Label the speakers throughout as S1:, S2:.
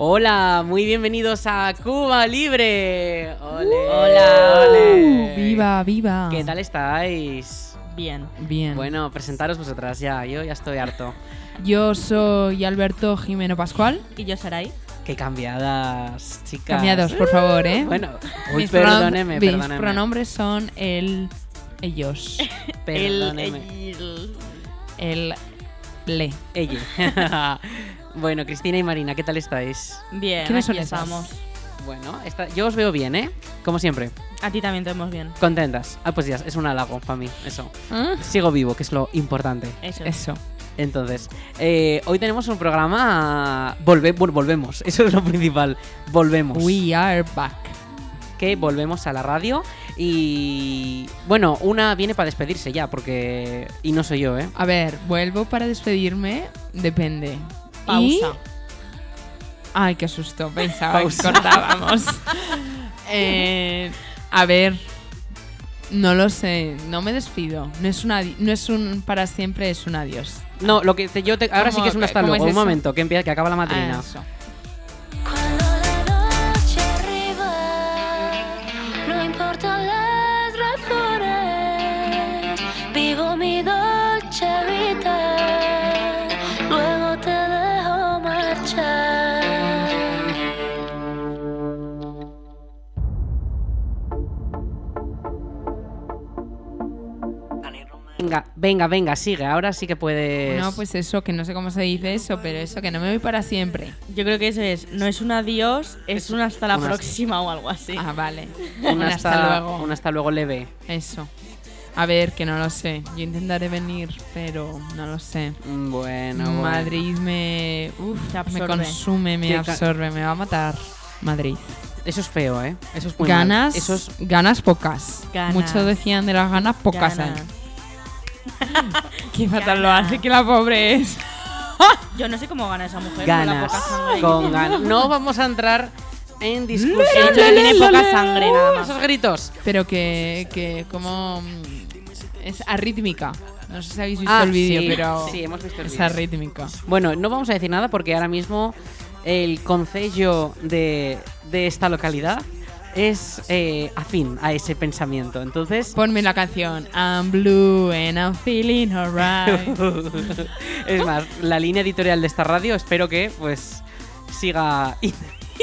S1: Hola, muy bienvenidos a Cuba Libre. Ole,
S2: Hola.
S1: ole.
S3: Uh, viva, viva.
S1: ¿Qué tal estáis?
S2: Bien.
S3: Bien.
S1: Bueno, presentaros vosotras ya, yo ya estoy harto.
S3: Yo soy Alberto Jimeno Pascual.
S2: ¿Y yo, Sarai?
S1: Qué cambiadas, chicas. Uh.
S3: Cambiados, por favor, ¿eh?
S1: Bueno, uy,
S3: mis pronom-
S1: perdóneme,
S3: mis
S1: perdóneme.
S3: pronombres son el, ellos,
S1: perdóneme.
S2: el-
S3: el, le.
S1: Ella. bueno, Cristina y Marina, ¿qué tal estáis?
S2: Bien,
S3: ¿Quiénes
S2: aquí
S3: son esas?
S2: estamos.
S1: Bueno, esta- yo os veo bien, ¿eh? Como siempre.
S2: A ti también te vemos bien.
S1: Contentas. Ah, pues ya, es un halago para mí, eso.
S3: ¿Ah?
S1: Sigo vivo, que es lo importante.
S2: Eso.
S3: Eso.
S1: Entonces, eh, hoy tenemos un programa... Volve... bueno, volvemos, eso es lo principal. Volvemos.
S3: We are back.
S1: Que volvemos a la radio y... Bueno, una viene para despedirse ya, porque... Y no soy yo, ¿eh?
S3: A ver, vuelvo para despedirme. Depende.
S2: Pausa.
S3: Y- Ay, qué susto. Pensaba que
S1: Pausa.
S3: cortábamos. Eh, a ver. No lo sé, no me despido. No es, un adi- no es un para siempre, es un adiós.
S1: No, lo que te- yo te- ahora sí
S3: ¿Cómo-
S1: que es un hasta
S3: cómo
S1: luego,
S3: es
S1: un
S3: eso?
S1: momento, que empieza, que acaba la
S3: Ah,
S1: madrina.
S3: eso.
S4: Cuando la noche arriba, no importan las razones, vivo mi dolce vida, luego te dejo marchar.
S1: Venga, venga, venga, sigue. Ahora sí que puedes.
S3: No, pues eso, que no sé cómo se dice eso, pero eso, que no me voy para siempre.
S2: Yo creo que eso es, no es un adiós, es un hasta la
S1: un hasta-
S2: próxima o algo así.
S3: Ah, vale.
S1: un
S3: Un
S1: hasta, luego. Un hasta luego leve.
S3: Eso. A ver, que no lo sé. Yo intentaré venir, pero no lo sé.
S1: Mm, Bueno, bueno.
S3: Madrid me, uf,
S2: Te absorbe.
S3: me consume, me
S1: Qué ca-
S3: absorbe, me va a matar. Madrid.
S1: Eso es feo, ¿eh? Eso es muy mal.
S3: ganas,
S1: Eso es.
S3: ganas pocas.
S2: Ganas.
S3: Muchos decían de las ganas pocas. hay.
S2: Ganas.
S3: Qué fatal lo
S2: Ganas.
S3: hace, que la pobre es.
S2: Yo no sé cómo gana esa mujer. Con la
S1: Ganas.
S2: poca sangre.
S1: Con ganas. No vamos a entrar en discusión.
S2: El hecho de que tiene poca sangre, nada más.
S1: Uh, Esos gritos.
S3: Pero que, que como mm, es arrítmica. No sé si habéis visto
S1: Ah,
S3: el vídeo,
S1: sí.
S3: pero
S1: Sí, hemos visto el
S3: es
S1: vídeo.
S3: arrítmica.
S1: Bueno, no vamos a decir nada porque ahora mismo el concello de, de esta localidad es eh, afín a ese pensamiento. Entonces.
S3: Ponme la canción I'm blue and I'm feeling alright.
S1: es más, la línea editorial de esta radio espero que pues siga in-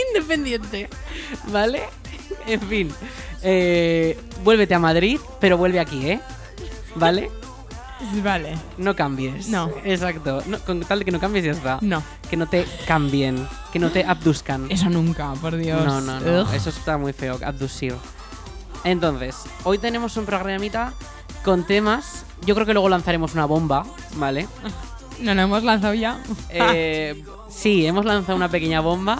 S1: independiente, ¿vale? En fin, eh, vuélvete a Madrid, pero vuelve aquí, ¿eh? ¿Vale?
S3: vale.
S1: No cambies.
S3: No.
S1: Exacto. No, con tal de que no cambies ya está.
S3: No,
S1: Que no te cambien, que no te abduzcan.
S3: eso nunca, por Dios.
S1: No, no, no.
S3: Ugh.
S1: Eso está muy feo, abducir. Entonces, hoy tenemos un programita con temas. Yo creo que luego lanzaremos una bomba, ¿vale?
S3: No lo hemos lanzado ya.
S1: Eh, sí, hemos lanzado una pequeña bomba,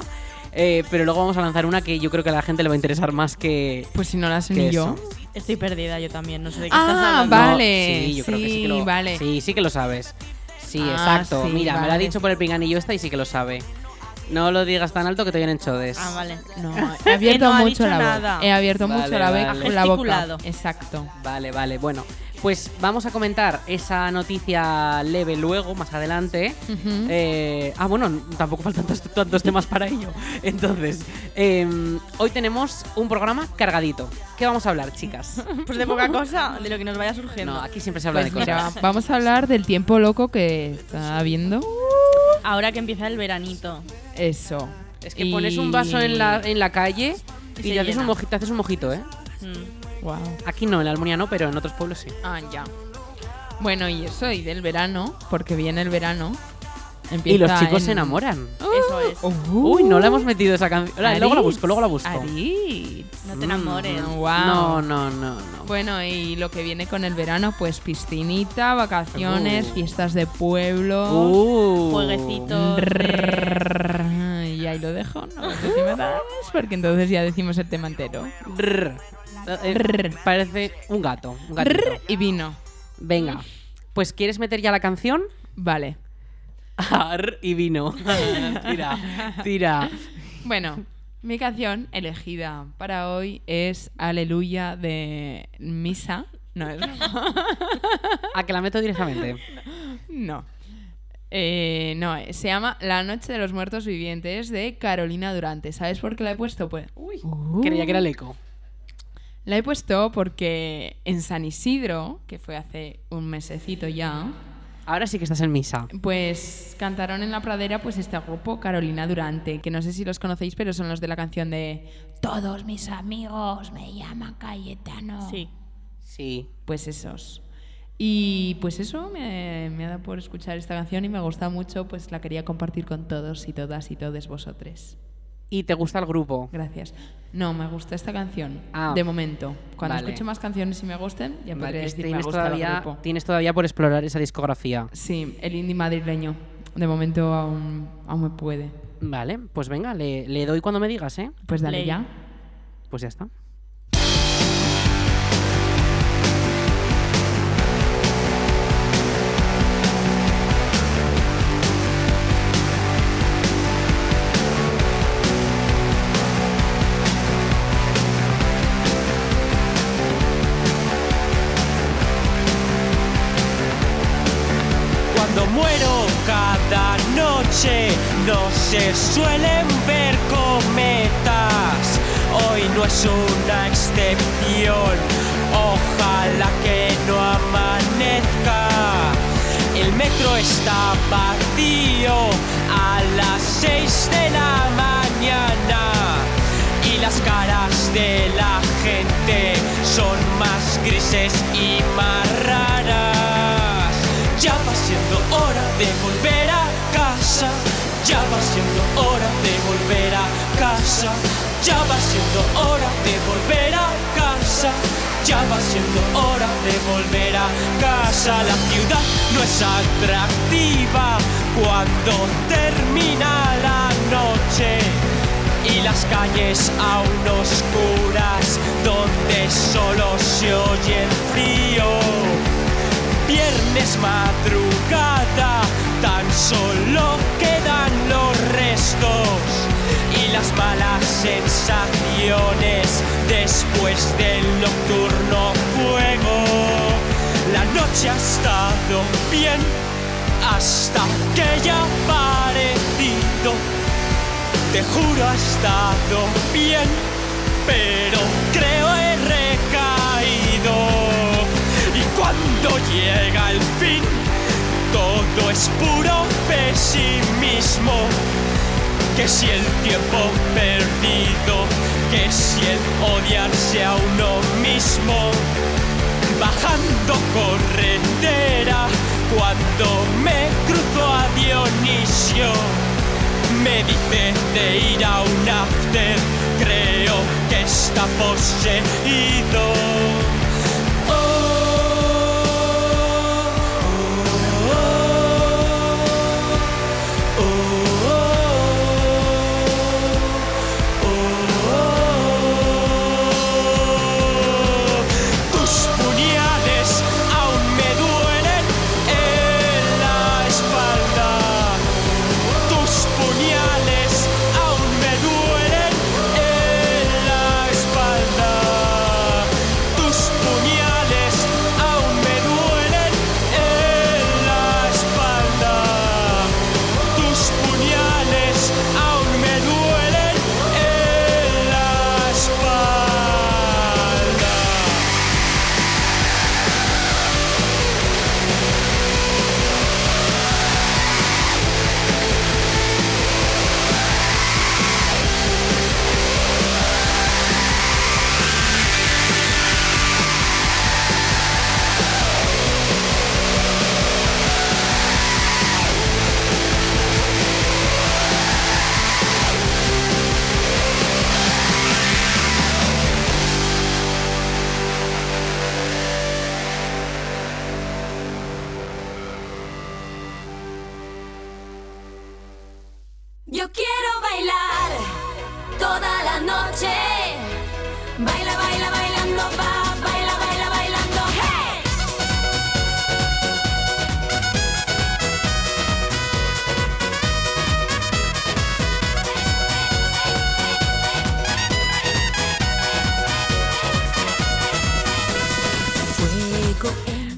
S1: eh, pero luego vamos a lanzar una que yo creo que a la gente le va a interesar más que...
S3: pues si no la sé
S1: ¿Qué
S3: ni
S1: es
S3: yo.
S1: eso?
S2: Estoy perdida yo también, no sé de qué estás
S3: Ah,
S2: hablando.
S3: vale.
S1: No, sí, yo creo que sí que
S3: sí,
S1: lo,
S3: vale.
S1: Sí, sí que lo sabes. Sí,
S3: Ah,
S1: exacto.
S3: sí,
S1: Mira, me lo ha
S3: vale.
S1: dicho por el pinganillo esta y sí que lo sabe. No lo digas tan alto que te vienen chodes.
S2: Ah, vale.
S3: No, he abierto
S2: no ha
S3: mucho
S2: dicho
S3: la boca.
S2: nada.
S3: He abierto
S1: Vale,
S3: mucho la, beca-
S1: vale.
S3: la boca.
S2: Gesticulado.
S3: Exacto.
S1: Vale, vale, bueno. Pues vamos a comentar esa noticia leve luego, más adelante.
S3: Ujú.
S1: Eh, ah, bueno, tampoco faltan tantos, tantos temas para ello. Entonces, em, hoy tenemos un programa cargadito. ¿Qué vamos a hablar, chicas?
S2: Pues de poca cosa, de lo que nos vaya surgiendo.
S1: No, aquí siempre se habla
S3: Pues
S1: de
S3: mira,
S1: cosas.
S3: vamos a hablar del tiempo loco que está habiendo.
S2: Ahora que empieza el veranito.
S3: Eso.
S1: Es que
S3: Y-
S1: pones un vaso en la, en la calle
S2: Y
S1: y,
S2: se
S1: te, haces
S2: llena.
S1: un mojito, te haces un mojito, ¿eh?
S2: Mm.
S3: Guau.
S1: Aquí no, en la Almunia no, pero en otros pueblos sí.
S3: Ah, ya. Bueno, y eso, y del verano, porque viene el verano.
S1: y los
S3: Empieza
S1: chicos
S3: en-
S1: se enamoran.
S2: Eso es.
S1: Uy, no la hemos metido esa canción. Luego la
S3: Aritz,
S1: busco, luego la busco.
S3: Aritz.
S2: No te enamores.
S3: Mm,
S1: No, no,
S3: guau.
S1: no, no.
S3: Bueno, y lo que viene con el verano, pues piscinita, vacaciones,
S1: Uh.
S3: fiestas de pueblo.
S1: Uh.
S2: Jueguecitos. de-
S3: Rrrr. Y ahí lo dejo, no voy a decir nada más, porque entonces ya decimos el tema entero.
S1: Rrr. Eh,
S3: Rrr.
S1: Parece un gato. Un gatito.
S3: Rrr, y vino.
S1: Venga. Pues ¿quieres meter ya la canción?
S3: Vale.
S1: Arr, y vino. tira, tira.
S3: Bueno, mi canción elegida para hoy es Aleluya de Misa. No es.
S1: A que la meto directamente.
S3: No. Eh, no, eh, se llama La Noche de los Muertos Vivientes de Carolina Durante. ¿Sabes por qué la he puesto? Pues
S1: Uy.
S3: Uh.
S1: Creía que era el eco.
S3: la he puesto porque en San Isidro, que fue hace un mesecito ya,
S1: Ahora sí que estás en misa.
S3: pues cantaron en la pradera pues este grupo Carolina Durante, que no sé si los conocéis, pero son los de la canción de Todos mis amigos me llaman Cayetano.
S2: Sí.
S1: Sí.
S3: Pues esos. Y pues eso me, me ha dado por escuchar esta canción y me gusta mucho, pues la quería compartir con todos y todas y todes vosotros.
S1: ¿Y te gusta el grupo?
S3: Gracias. No, me gusta esta canción,
S1: Ah.
S3: de momento. Cuando
S1: Vale.
S3: escucho más canciones y me gusten, ya podré
S1: Vale,
S3: decir me
S1: tienes,
S3: gusta el
S1: todavía,
S3: grupo.
S1: tienes todavía por explorar esa discografía.
S3: Sí, el indie madrileño. De momento aún, aún me puede.
S1: Vale, pues venga, le, le doy cuando me digas, ¿eh?
S3: Pues dale
S2: Play.
S3: ya.
S1: Pues ya está.
S5: Cuando muero cada noche no se suelen ver cometas. Hoy no es una excepción. Ojalá que no amanezca. El metro está vacío a las 6 de la mañana y las caras de la gente son más grises y más raras. Ya va siendo hora de volver a casa. Ya va siendo hora de volver a casa. Ya va siendo hora de volver a casa. Ya va siendo hora de volver a casa. La ciudad no es atractiva cuando termina la noche y las calles aún oscuras donde solo se oye el frío. Viernes madrugada, tan solo quedan los restos y las malas sensaciones después del nocturno fuego. La noche ha estado bien hasta que ya ha parecido te juro ha estado bien, pero creo he recaído. Y cuando llega el fin, todo es puro pesimismo. Que si el tiempo perdido, que si el odiarse a uno mismo bajando corredera cuando me cruzo a Dionisio. Me dice de ir a un after, creo que está poseído. Oh, oh, oh, oh, oh. Tus puñales aún me duelen en la espalda. Tus puñales aún me duelen en la espalda.
S4: Yo quiero bailar toda la noche. Baila, baila, bailando, va. Baila, baila, bailando, hey.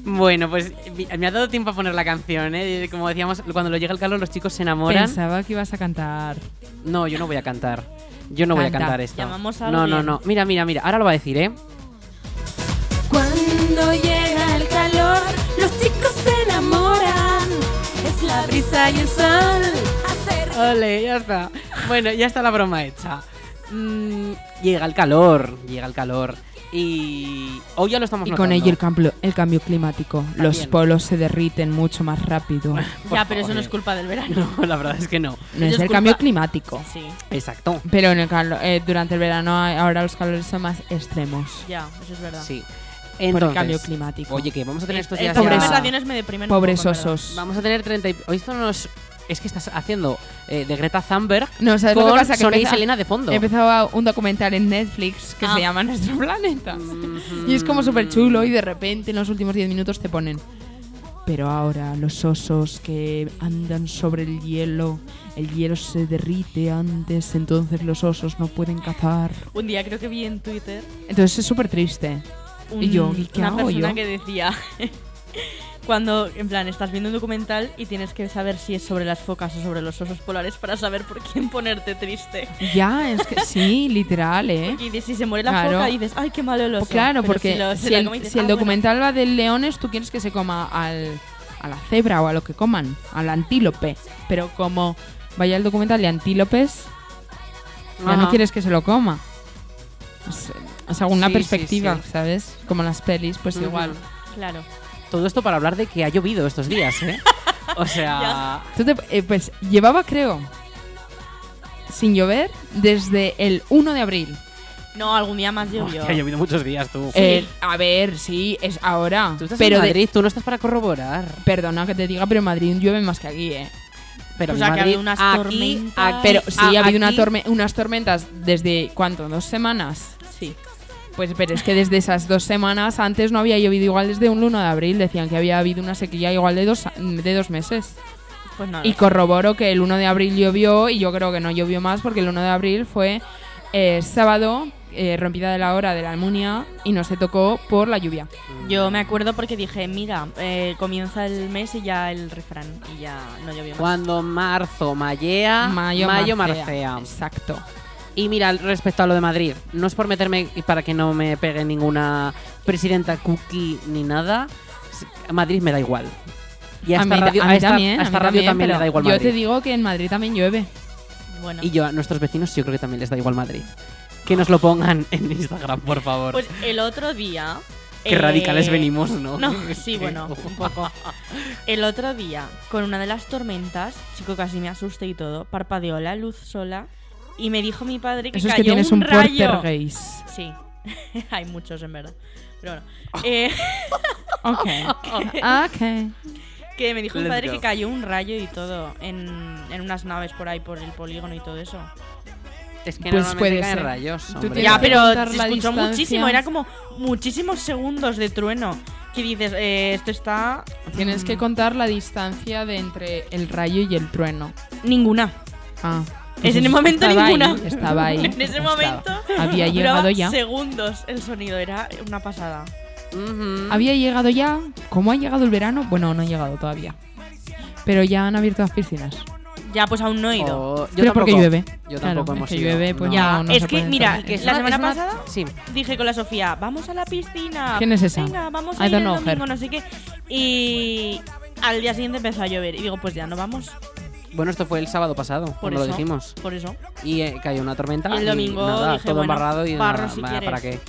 S1: Bueno, pues mi- me ha dado tiempo a poner la canción, ¿eh? Como decíamos, cuando lo llega el calor los chicos se enamoran.
S3: Pensaba que ibas a cantar.
S1: No, yo no voy a cantar. Yo no voy a
S3: Canta.
S1: cantar esto.
S2: Llamamos a
S1: no, no,
S2: alguien.
S1: no. Mira, mira, mira. Ahora lo va a decir, ¿eh?
S4: Cuando llega el calor, los chicos se enamoran. Es la brisa y el sol. Hacer
S1: Ole, ya está. Bueno, ya está la broma hecha. Mm, llega el calor, llega el calor. Y hoy ya lo estamos
S3: Y con ello el
S1: notando.
S3: cambio, el cambio climático. Los
S1: También.
S3: polos se derriten mucho más rápido.
S1: Por
S2: Ya, pero eso
S1: favor.
S2: no es culpa del verano.
S1: No, la verdad es que no.
S3: No es
S2: es
S3: el
S2: culpa-
S3: cambio climático.
S2: Sí,
S1: Exacto.
S3: Pero en el calo- eh, durante el verano hay- ahora los calores son más extremos.
S2: ya, eso es verdad.
S1: Sí.
S3: por el
S1: Entonces,
S3: cambio climático.
S1: Oye, que vamos a tener estos
S2: Eh,
S1: días
S2: Estas
S3: ya-
S2: conversaciones me deprimen. un
S3: Pobres
S2: poco, en verdad.
S3: osos.
S1: Vamos a tener 30 y... Hoy esto nos... Es que estás haciendo eh, de Greta Thunberg
S3: No, ¿sabes lo que
S1: con
S3: pasa? Que
S1: Sonia y
S3: empieza-
S1: Selena de fondo.
S3: He empezado un documental en Netflix que
S2: Ah.
S3: se llama Nuestro Planeta.
S1: Mhm.
S3: Y es como súper chulo y de repente en los últimos 10 minutos te ponen. Pero ahora los osos que andan sobre el hielo, el hielo se derrite antes, entonces los osos no pueden cazar.
S2: Un día creo que vi en Twitter
S3: Entonces es súper triste.
S2: un-
S3: ¿Y yo? ¿Y qué
S2: una
S3: hago
S2: persona
S3: yo?
S2: que decía cuando en plan estás viendo un documental y tienes que saber si es sobre las focas o sobre los osos polares para saber por quién ponerte triste.
S3: Ya, es que sí, literal, ¿eh?
S2: Y dices, si se muere la
S3: Claro.
S2: foca dices, ay, qué malo el oso.
S3: Pues Claro,
S2: Pero
S3: porque
S2: si, lo- se
S3: si
S2: lo
S3: el,
S2: come y dices,
S3: si el
S2: "Ah, bueno".
S3: documental va de leones, tú quieres que se coma al, a la cebra o a lo que coman, al antílope. Pero como vaya el documental de antílopes, ya no
S1: Ajá.
S3: quieres que se lo coma. Es, es alguna
S1: Sí, sí,
S3: perspectiva,
S1: sí.
S3: ¿sabes? Como las pelis, pues
S1: Ujú.
S3: igual.
S2: Claro.
S1: Todo esto para hablar de que ha llovido estos días, ¿eh? O sea...
S3: Tú te- eh, pues llevaba, creo, sin llover desde el 1 de abril.
S2: No, algún día más llovió.
S1: Ha llovido muchos días, tú.
S3: El- Eh, a ver, sí, es ahora.
S1: Tú estás
S3: pero
S1: en
S3: de-
S1: Madrid, tú no estás para corroborar.
S3: perdona que te diga, pero en Madrid llueve más que aquí, ¿eh?
S1: Pero
S2: O
S1: en
S2: sea, que ha
S1: Madrid,
S2: habido unas
S1: aquí,
S2: tormentas.
S1: aquí-
S3: Pero sí,
S1: a-
S3: ha habido una
S1: Ah, aquí-
S3: torme- unas tormentas desde, ¿cuánto? ¿Dos semanas?
S2: Sí.
S3: Pues, pero es que desde esas dos semanas antes no había llovido igual desde un 1 de abril. Decían que había habido una sequía igual de dos, de dos meses.
S2: Pues
S1: Ah.
S2: nada.
S3: Y corroboro que el 1 de abril llovió y yo creo que no llovió más porque el 1 de abril fue eh, sábado, eh, rompida de la hora de la Almunia y no se tocó por la lluvia.
S2: Yo me acuerdo porque dije, mira, eh, comienza el mes y ya el refrán y ya no llovió más.
S1: Cuando marzo mayea, Ah, mayo, marcea.
S3: Exacto.
S1: Y mira, respecto a lo de Madrid, no es por meterme y para que no me pegue ninguna presidenta cookie ni nada. s- Madrid me da igual. Y a esta
S3: mí ta-
S1: radio,
S3: a
S1: a
S3: mí
S1: esta- a
S3: también, a
S1: esta
S3: mí
S1: radio también
S3: pero
S1: le da igual
S3: Yo
S1: Madrid.
S3: te digo que en Madrid también llueve.
S2: Bueno.
S1: Y yo a nuestros vecinos yo creo que también les da igual Madrid. Que nos lo pongan en Instagram, por favor.
S2: Pues el otro día...
S1: Qué
S2: eh,
S1: radicales venimos, ¿no?
S2: No, sí, bueno, un poco. El otro día, con una de las tormentas, chico, casi me asusté y todo, parpadeó la luz sola y me dijo mi padre que
S3: Eso es
S2: cayó
S3: que tienes un,
S2: rayo.
S3: poltergeist.
S2: Sí, hay muchos en verdad. Pero bueno,
S1: Ah.
S2: eh,
S3: Ok. Ah, ok.
S2: que me dijo mi
S1: Let's
S2: padre
S1: go.
S2: que cayó un rayo y todo en, en unas naves por ahí, por el polígono y todo eso.
S1: Es que
S3: Pues
S1: normalmente
S3: puede
S1: caen
S3: ser.
S1: rayos.
S3: Tú
S1: hombre.
S3: tienes-
S2: Ya,
S3: que
S2: pero
S3: contar
S2: se
S3: la
S2: escuchó
S3: distancia.
S2: muchísimo, era como muchísimos segundos de trueno. Que dices, eh, esto está.
S3: Tienes que contar la distancia de entre el rayo y el trueno.
S2: Ninguna.
S3: Ah.
S2: En ese momento
S3: estaba
S2: ninguna.
S3: Ahí, estaba ahí.
S2: En ese
S3: estaba.
S2: momento
S3: Había llegado
S2: duraba
S3: ya.
S2: segundos el sonido, era una pasada.
S1: Ujú.
S3: Había llegado ya. ¿Cómo ha llegado el verano? Bueno, no ha llegado todavía. Pero ya han abierto las piscinas.
S2: Ya, pues aún no he ido.
S3: Oh.
S1: O- Oh, yo
S3: Pero porque
S1: tampoco.
S3: llueve.
S1: Yo
S3: Claro,
S1: tampoco
S3: es
S1: hemos
S3: que
S1: ido.
S3: llueve, pues
S1: No.
S3: ya.
S2: Ya,
S3: no
S2: es
S3: se
S2: que,
S3: pueden
S2: mira,
S3: entrar.
S1: Que es
S2: la
S1: una-
S2: semana
S1: es una-
S2: pasada
S1: Sí.
S2: dije con la Sofía, vamos a la piscina.
S3: ¿Quién es esa?
S2: Venga, vamos
S3: I
S2: a ir
S3: don't
S2: el
S3: know
S2: domingo,
S3: her.
S2: no sé qué. Y al día siguiente empezó a llover. Y digo, pues ya no vamos.
S1: Bueno, esto fue el sábado pasado,
S2: Por
S1: cuando
S2: eso.
S1: lo dijimos.
S2: Por eso.
S1: Y eh, cayó una tormenta.
S2: Y el domingo
S1: nada,
S2: dije,
S1: todo
S2: bueno,
S1: embarrado y
S2: barro
S1: nada,
S2: si
S1: va,
S2: quieres.
S1: ¿para qué?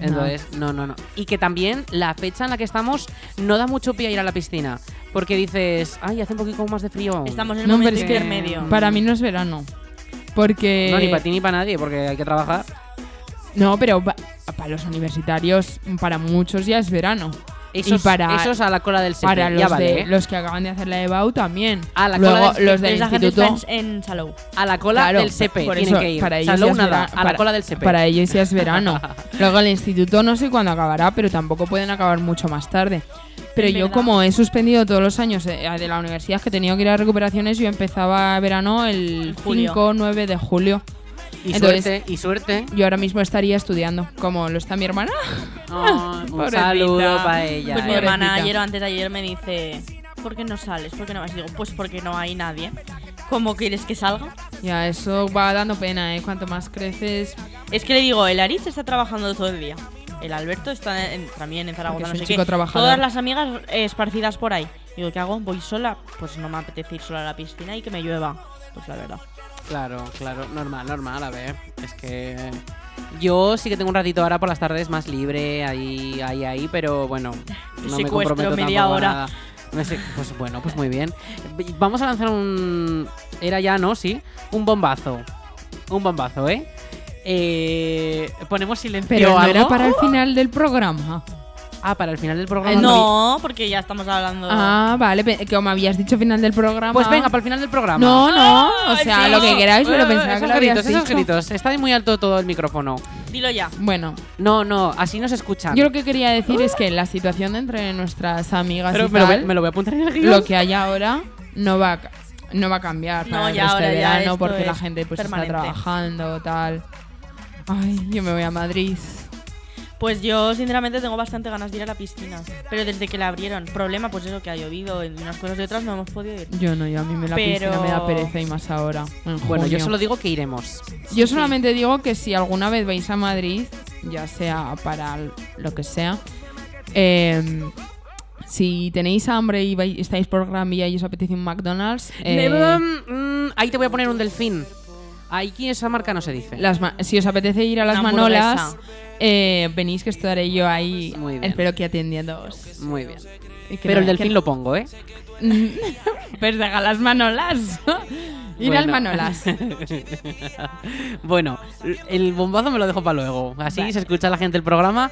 S1: Entonces, no. no, no, Y que también la fecha en la que estamos no da mucho pie a ir a la piscina. Porque dices, ay, hace un poquito más de frío.
S2: Estamos en el
S3: No, pero
S2: momento
S3: es que
S2: intermedio.
S3: Para mí no es verano. Porque.
S1: No, ni para ti ni para nadie, porque hay que trabajar.
S3: No, pero pa- para los universitarios, para muchos ya es verano.
S1: Esos,
S3: y para,
S1: esos a la cola del sepe,
S3: para los,
S1: ya vale,
S3: de-
S1: ¿eh?
S3: los que acaban de hacer la E EBAU también.
S1: A la
S3: Luego,
S1: cola del-
S3: los del
S2: Esa gente está
S3: instituto.
S2: en, en Salou. Pues
S1: A la cola
S3: Claro,
S1: del sepe
S3: por
S1: tienen
S3: eso,
S1: que ir.
S3: para ellos
S1: Salou
S3: ya es
S1: nada,
S3: vera-
S1: a la
S3: para-
S1: cola del sepe.
S3: Para ellos ya es verano. Luego el instituto no sé cuándo acabará, pero tampoco pueden acabar mucho más tarde. Pero
S2: Es
S3: yo
S2: verdad.
S3: como he suspendido todos los años eh, de la universidad que he tenido que ir a recuperaciones, yo empezaba verano el
S2: En julio.
S3: 5 9 de julio.
S1: y
S3: entonces-
S1: suerte, y suerte.
S3: Yo ahora mismo estaría estudiando, como lo está mi hermana.
S1: Oh, un
S3: Pobrecita.
S1: saludo para ella.
S2: Pues mi
S1: ¿eh?
S3: Pobrecita.
S2: hermana ayer o antes de ayer me dice, ¿por qué no sales? ¿Por qué no vas? Y digo, pues porque no hay nadie. ¿Cómo quieres que salga?
S3: Ya, eso va dando pena, ¿eh? Cuanto más creces,
S2: Es que le digo, el Aritz está trabajando todo el día. El Alberto está en- también en
S3: Porque
S2: Zaragoza,
S3: es
S2: no
S3: un
S2: sé
S3: chico
S2: qué.
S3: trabajador.
S2: Todas las amigas eh, esparcidas por ahí. Digo, ¿qué hago? ¿Voy sola? Pues no me apetece ir sola a la piscina y que me llueva. Pues la verdad.
S1: Claro, claro, normal, normal, a ver. Es que yo sí que tengo un ratito ahora por las tardes más libre, ahí, ahí, ahí, pero bueno, no me
S2: secuestro
S1: comprometo
S2: media
S1: tampoco a
S2: hora.
S1: nada. Me sé- Pues bueno, pues muy bien. Vamos a lanzar un... Era ya, ¿no? Sí. Un bombazo. Un bombazo, ¿eh? Eh, ponemos silencio
S3: pero
S1: o
S3: no
S1: algo.
S3: era para el final del programa.
S1: Ah, para el final del programa.
S2: Eh, No, porque ya estamos hablando.
S3: Ah, vale, pe- como habías dicho final del programa.
S1: Pues venga, para el final del programa.
S3: No, no, o
S2: Ay,
S3: sea,
S2: sí.
S3: lo que queráis, pero
S1: Eh,
S3: pensaba que
S1: esos
S3: lo habías
S1: gritos, esos
S3: dicho.
S1: gritos. Está muy alto todo el micrófono.
S2: Dilo ya.
S3: Bueno,
S1: No, no, así no se escuchan.
S3: yo lo que quería decir es que la situación entre nuestras amigas
S1: Pero
S3: y
S1: me lo, voy,
S3: tal,
S1: me lo voy a apuntar en el guión.
S3: lo que hay ahora no va a, ca- no va a cambiar
S2: No,
S3: para el
S2: ya
S3: resto de
S2: ahora, ya
S3: verano
S2: esto
S3: porque la
S2: es
S3: gente pues
S2: permanente.
S3: está trabajando tal. Ay, yo me voy a Madrid.
S2: Pues yo, sinceramente, tengo bastante ganas de ir a la piscina. Pero desde que la abrieron, problema, pues eso que ha llovido, en unas cosas y otras no hemos podido ir.
S3: Yo no, yo a mí me la piscina
S2: Pero-
S3: me da pereza y más ahora. en
S1: Bueno, yo
S3: junio.
S1: solo digo que iremos.
S3: Yo solamente digo que si alguna vez vais a Madrid, ya sea para l- lo que sea, eh, si tenéis hambre y vais- estáis por Gran Vía y os apetece un McDonald's, eh,
S1: Mm, mm, ahí te voy a poner un delfín. Aquí esa marca no se dice.
S3: las ma- si os apetece ir a las
S2: Una
S3: Manolas,
S2: hamburguesa.
S3: eh, venís que estaré yo ahí,
S1: Pues Muy bien.
S3: espero que atendiéndoos.
S1: Muy bien.
S3: Y que
S1: Pero
S3: no-
S1: el delfín
S3: que-
S1: lo pongo, ¿eh?
S3: Pues deja las Manolas. Ir al
S1: Bueno.
S3: Manolas.
S1: Bueno, el bombazo me lo dejo para luego. Así
S3: Vale.
S1: se escucha a la gente el programa.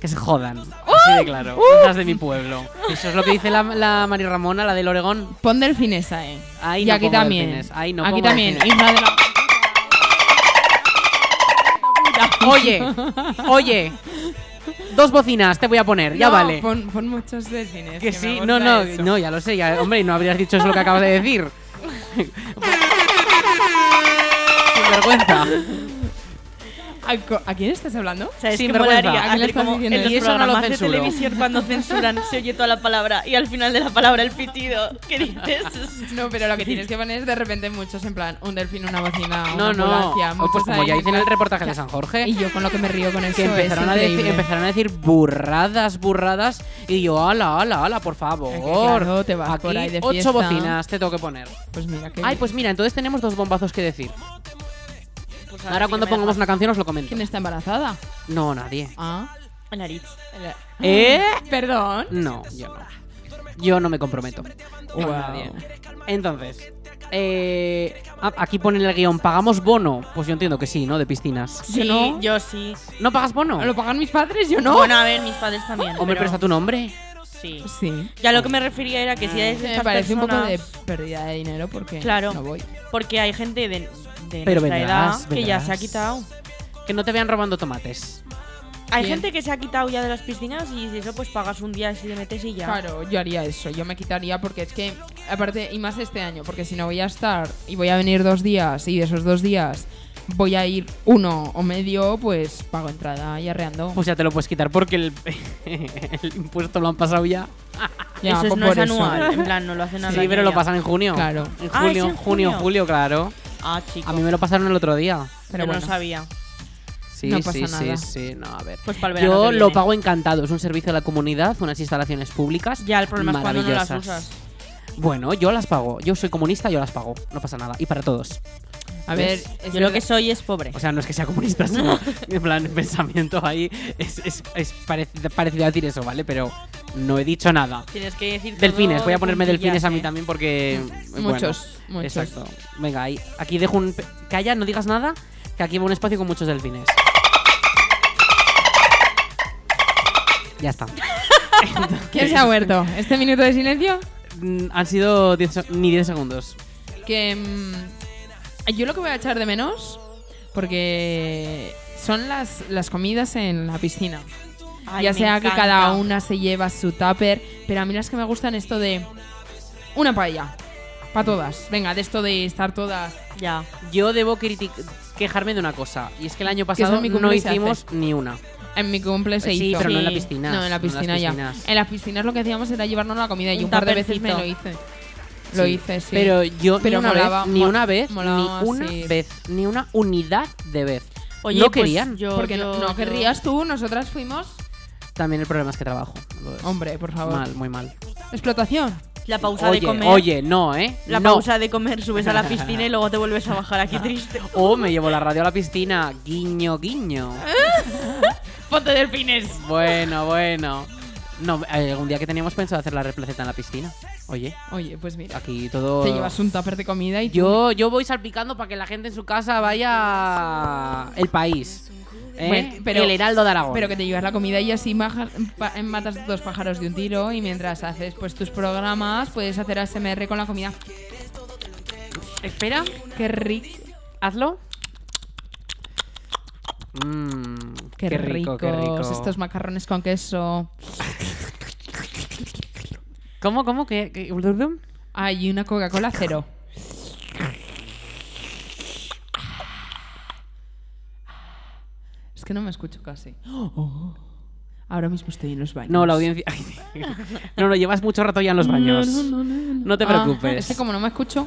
S1: Que se jodan. Así de claro. Hijas de mi pueblo. Eso es lo que dice la, la Mari Ramona, la del Oregón.
S3: Pon delfinesa, eh.
S1: Ahí
S3: y
S1: no
S3: aquí
S1: pongo
S3: también.
S1: delfines, ahí no
S3: aquí
S1: pongo
S3: también.
S1: delfines.
S3: hija de la-
S1: Oye, oye. Dos bocinas te voy a poner, ya
S3: No,
S1: vale.
S3: Pon, pon muchos delfines.
S1: Que
S3: me
S1: sí,
S3: gusta
S1: no, no,
S3: eso.
S1: no, ya lo sé, ya, hombre, y no habrías dicho eso lo que acabas de decir. Sin vergüenza.
S3: ¿A, co- a quién estás hablando?
S2: ¿Sabes
S1: Sin
S2: qué
S1: vergüenza.
S2: molaría?
S3: ¿A quién le
S2: Hacer
S3: estás
S2: como
S3: diciendo
S2: en los
S1: eso? Y eso no lo
S2: programas de
S1: censuro.
S2: televisión cuando censuran se oye toda la palabra y al final de la palabra el pitido. ¿Qué dices?
S3: No, pero lo que tienes que poner es de repente muchos, en plan, un delfín, una bocina, una
S1: No, no.
S3: ambulancia,
S1: O,
S3: muchos
S1: pues como
S3: ahí,
S1: ya hice en el
S3: plan,
S1: reportaje de San Jorge,
S3: Y yo con lo que me río con eso
S1: que empezaron
S3: es
S1: a, decir,
S3: increíble.
S1: empezaron a decir burradas, burradas, y yo, ala, ala, ala, por favor.
S3: Es que claro, te vas
S1: Aquí
S3: por ahí de
S1: ocho
S3: fiesta.
S1: bocinas te tengo que poner.
S3: Pues mira que...
S1: Ay, pues mira, entonces tenemos dos bombazos que decir.
S2: Pues
S1: Ahora
S2: sí
S1: cuando
S2: que me
S1: pongamos una
S2: dejas.
S1: canción os lo comento.
S3: ¿Quién está embarazada?
S1: No, nadie.
S3: Ah. Mm,
S2: El Aritz.
S1: ¿Eh?
S3: Perdón.
S1: No, yo no. Yo no me comprometo. Con nadie. Entonces, eh, ah, aquí ponen el guión, ¿pagamos bono? Pues yo entiendo que sí, ¿no? De piscinas.
S2: Sí,
S3: no.
S2: yo sí.
S1: ¿No pagas bono?
S3: ¿Lo pagan mis padres? Yo no.
S2: Bueno, a ver, mis padres también.
S1: Hombre, pero
S2: pero
S1: está tu nombre.
S2: Sí.
S3: Sí.
S2: Ya lo que me refería era que si eres
S3: Mm,
S2: de
S3: Me
S2: estas
S3: parece
S2: personas-
S3: un poco de pérdida de dinero porque
S2: Claro.
S3: no voy.
S2: Porque hay gente de, de
S1: Pero
S2: nuestra
S1: vendrás,
S2: edad que ya
S1: vendrás.
S2: se ha quitado.
S1: Que no te vean robando tomates.
S2: Hay
S3: Bien.
S2: gente que se ha quitado ya de las piscinas y si eso pues pagas un día si te metes y ya.
S3: Claro, yo haría eso, yo me quitaría porque es que, aparte, y más este año, porque si no voy a estar y voy a venir dos días y de esos dos días voy a ir uno o medio, pues pago entrada y arreando.
S1: Pues ya te lo puedes quitar porque el, el impuesto lo han pasado ya.
S3: Ya,
S2: eso es-
S3: po-
S2: no
S3: por
S2: es
S3: eso.
S2: anual, en plan no lo hacen al
S1: Sí,
S2: año
S1: pero lo
S2: ya.
S1: pasan en junio.
S3: Claro.
S1: En
S2: Ah, ¿es
S1: junio,
S2: en
S1: junio,
S2: junio?
S1: julio, claro.
S2: Ah, chico.
S1: A mí me lo pasaron el otro día.
S3: Pero
S2: yo
S3: bueno.
S2: no sabía.
S1: Sí,
S3: No pasa
S1: sí,
S3: nada.
S1: sí, sí. No, a ver.
S2: Pues para el verano
S1: Yo
S2: que
S1: lo
S2: viene.
S1: pago encantado. Es un servicio a la comunidad, unas instalaciones públicas.
S2: Ya, el problema es cuando no las
S1: maravillosas.
S2: usas.
S1: Bueno, yo las pago. Yo soy comunista, yo las pago. No pasa nada. Y para todos.
S3: A ver,
S1: ¿Ves?
S3: es
S2: Yo lo que
S3: verdad-
S2: soy es pobre.
S1: O sea, no es que sea comunista, sino en plan, el pensamiento ahí es, es- es parec- parecido a decir eso, ¿vale? Pero no he dicho nada.
S2: Tienes que decir todo
S1: Delfines, voy a
S2: de
S1: ponerme delfines
S2: puntillas,
S1: a mí
S2: ¿eh?
S1: también porque... bueno,
S3: muchos, muchos.
S1: Exacto. Venga, ahí, aquí dejo un... pe- Calla, no digas nada, que aquí va un espacio con muchos delfines. Ya está.
S3: ¿Quién se ha muerto? ¿Este minuto de silencio?
S1: Mm, Han sido 10 se- ni 10 segundos.
S3: Que mm, yo lo que voy a echar de menos, porque son las, las comidas en la piscina.
S2: Ay,
S3: ya
S2: me
S3: sea que
S2: encanta.
S3: cada una se lleva su tupper, pero a mí las que me gustan esto de una paella, para todas. Venga, de esto de estar todas.
S2: Ya.
S1: Yo debo critic- quejarme de una cosa, y es que el año
S3: eso en
S1: pasado
S3: mi
S1: no
S3: cumple se
S1: hicimos ni una.
S3: En mi cumple se
S1: sí,
S3: hizo.
S1: pero no en la
S2: Sí.
S1: piscina.
S3: No, en la piscina ya. En las piscinas lo que hacíamos era llevarnos la comida y
S2: Un
S3: un par de veces me
S2: tuppercito.
S3: lo hice. Lo hice, sí.
S1: Pero yo
S3: Pero
S1: ni una
S3: molaba,
S1: vez, ni
S3: mo-
S1: una vez,
S3: molaba,
S1: ni una
S3: sí.
S1: vez, ni una unidad de vez.
S2: Oye,
S1: no
S2: pues
S1: querían.
S2: yo-
S3: porque no,
S2: yo-
S3: no
S2: yo-
S3: querrías tú, nosotras fuimos.
S1: También el problema es que trabajo. entonces,
S3: Hombre, por favor.
S1: Mal, muy mal.
S3: Explotación.
S2: La pausa
S1: oye,
S2: de comer.
S1: oye, no, ¿eh?
S2: La
S1: no.
S2: pausa de comer, subes a la piscina y luego te vuelves a bajar aquí triste.
S1: O me llevo la radio a la piscina. Guiño, guiño.
S3: Ponte delfines.
S1: Bueno, bueno. No, eh, algún día que teníamos pensado hacer la replaceta en la piscina. Oye,
S3: Oye, pues mira.
S1: aquí todo.
S3: Te llevas un tupper de comida y
S1: Yo, yo voy salpicando para que la gente en su casa vaya el país. ¿eh?
S3: Bueno, pero-
S1: el Heraldo de Aragón.
S3: Pero que te llevas la comida y así maja- pa- matas dos pájaros de un tiro y mientras haces pues tus programas puedes hacer ASMR con la comida.
S1: Espera,
S3: Qué rico.
S1: hazlo. Mmm,
S3: Qué,
S1: qué, rico,
S3: ricos
S1: qué rico.
S3: estos macarrones con queso.
S1: ¿Cómo, cómo? ¿Qué, qué?
S3: Hay una Coca-Cola cero. Es que no me escucho casi. Oh. Ahora mismo estoy en los baños.
S1: No, la audiencia. Ay, no, no, llevas mucho rato ya en los baños. No, te
S3: Ah,
S1: preocupes.
S3: es que como no me escucho,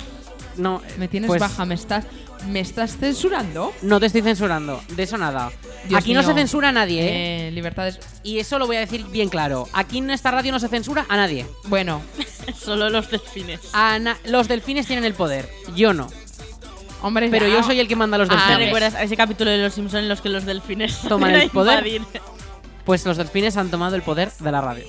S1: No,
S3: me tienes
S1: pues,
S3: baja, me estás me estás censurando.
S1: No te estoy censurando, de eso nada.
S3: Dios
S1: Aquí no se
S3: mío.
S1: censura a nadie, ¿eh?
S3: Eh, libertades.
S1: Y eso lo voy a decir bien claro. Aquí en esta radio no se censura a nadie.
S3: Bueno,
S2: Solo los delfines.
S1: A na- los delfines tienen el poder, yo no.
S3: hombre,
S1: Pero yo soy el que manda a los
S3: Ah,
S2: ¿Te
S1: delfines.
S2: recuerdas a ese capítulo de Los Simpsons en los que los delfines
S1: Toman el
S2: iban a
S1: poder.
S2: invadir?
S1: Pues los delfines han tomado el poder de la radio.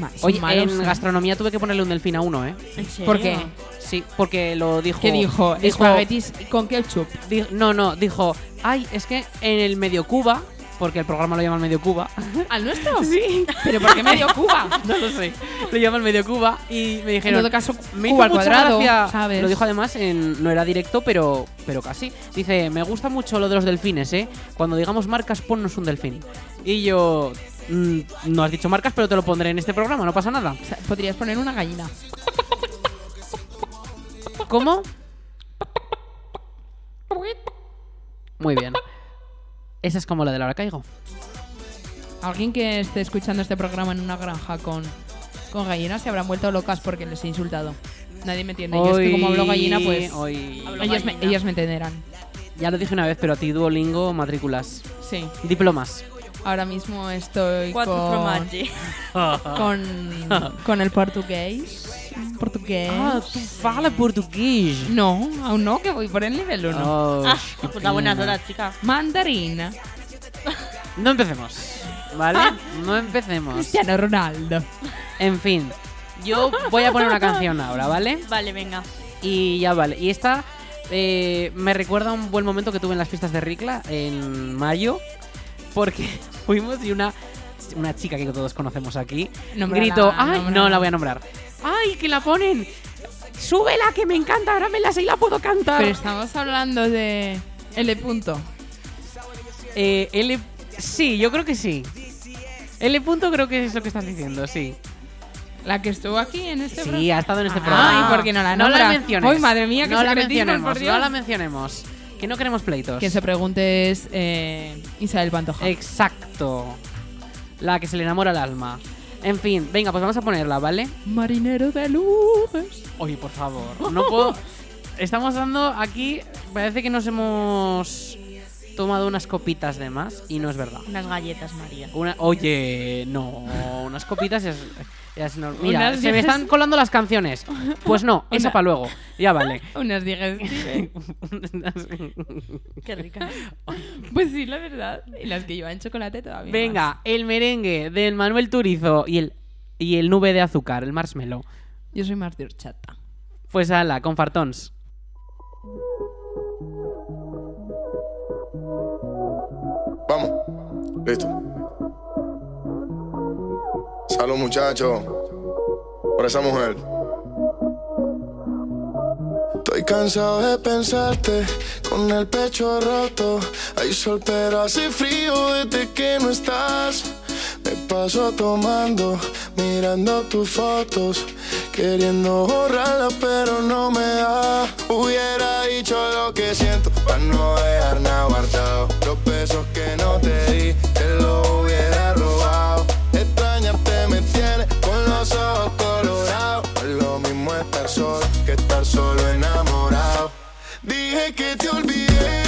S3: Más
S1: Oye,
S3: malos,
S1: en
S3: ¿eh?
S1: gastronomía tuve que ponerle un delfín a uno, ¿eh?
S2: ¿En serio?
S3: ¿Por qué?
S1: Sí, porque lo dijo.
S3: ¿Qué dijo?
S1: Dijo,
S3: Espaguetis con ketchup.
S1: di- no, no, dijo, ay, es que en el medio Cuba, porque el programa lo llaman medio Cuba.
S3: ¿Al nuestro? Sí. ¿Pero por qué medio Cuba?
S1: no lo sé. Lo llaman medio Cuba y me
S3: En
S1: dijeron.
S3: todo caso,
S1: Me hizo
S3: Cuba al
S1: mucha
S3: cuadrado,
S1: gracia-
S3: ¿sabes?
S1: Lo dijo además, en- no era directo, pero, pero casi. Dice, me gusta mucho lo de los delfines, ¿eh? Cuando digamos marcas, ponnos un delfín. Y yo, "Mm, no has dicho marcas, pero te lo pondré en este programa, no pasa nada.
S3: O sea, podrías poner una gallina.
S1: ¿Cómo? Muy bien. Esa es como la de Laura Caigo.
S3: Alguien que esté escuchando este programa en una granja con, con gallinas se habrán vuelto locas porque les he insultado. Nadie me entiende. Yo es que como hablo gallina, pues
S1: hoy-
S2: Hablo
S3: ellas, me,
S2: gallina.
S3: ellas me entenderán.
S1: Ya lo dije una vez, pero a ti Duolingo, matrículas.
S3: Sí.
S1: Diplomas.
S3: Ahora mismo estoy
S2: Cuatro
S3: con,
S2: fromaggio.
S3: con, con el portugués. Portugués.
S1: Ah, tú falas portugués.
S3: No, aún no, que voy por el nivel 1.
S1: Oh,
S2: Ah,
S1: qué
S2: pues da buenas
S1: pena.
S2: horas, chica.
S3: Mandarina.
S1: No empecemos, ¿vale? No empecemos.
S3: Cristiano Ronaldo.
S1: En fin, yo voy a poner una canción ahora, ¿vale?
S2: Vale, venga.
S1: Y ya vale. Y esta eh, me recuerda a un buen momento que tuve en las fiestas de Ricla en mayo, porque fuimos y una, una chica que todos conocemos aquí
S3: Nómbrala,
S1: gritó: ¡Ay, no
S3: nómbrala".
S1: la voy a nombrar! ¡Ay, que la ponen! ¡Súbela, que me encanta! Ahora me la sé y la puedo cantar.
S3: Pero estamos hablando de L. Punto.
S1: Eh, L. Sí, yo creo que sí. L. Punto creo que es lo que estás diciendo, sí.
S3: La que estuvo aquí en este
S1: Sí, ha estado en este
S3: Ah,
S1: programa.
S3: ¿y por qué no la nombra?
S1: menciones.
S3: Uy, madre mía, qué
S1: no la
S3: secretismo,
S1: mencionemos,
S3: por Dios.
S1: no la mencionemos. Que no queremos pleitos.
S3: Quien se pregunte es eh, Isabel Pantoja.
S1: Exacto. La que se le enamora el alma. En fin, venga, pues vamos a ponerla, ¿vale?
S3: Marinero de luces.
S1: Oye, por favor, no puedo. Estamos dando aquí. Parece que nos hemos tomado unas copitas de más y no es verdad.
S2: Unas galletas, María.
S1: Una- oye, no, unas copitas es, es nor- Mira,
S3: Unas
S1: se me
S3: viejas-
S1: están colando las canciones. Pues no, esa
S3: Una-
S1: para luego. Ya vale.
S3: Unas digestivas.
S2: Qué rica.
S3: pues sí, la verdad. Y las que llevan chocolate todavía. más.
S1: Venga, el merengue del Manuel Turizo y el, y el nube de azúcar, el marshmallow.
S3: Yo soy más de horchata.
S1: Pues ala, con fartons.
S6: Vamos. Listo. a los muchachos por esa mujer. Estoy cansado de pensarte con el pecho roto. Hay sol, pero hace frío desde que no estás. Me paso tomando, mirando tus fotos, queriendo borrarlas, pero no me da. Hubiera dicho lo que siento para no dejar nada guardado. Los besos que no te di, te los hubiera robado. Extrañarte me tiene con los ojos colorados. No es lo mismo estar solo que estar solo enamorado. Dije que te olvidé,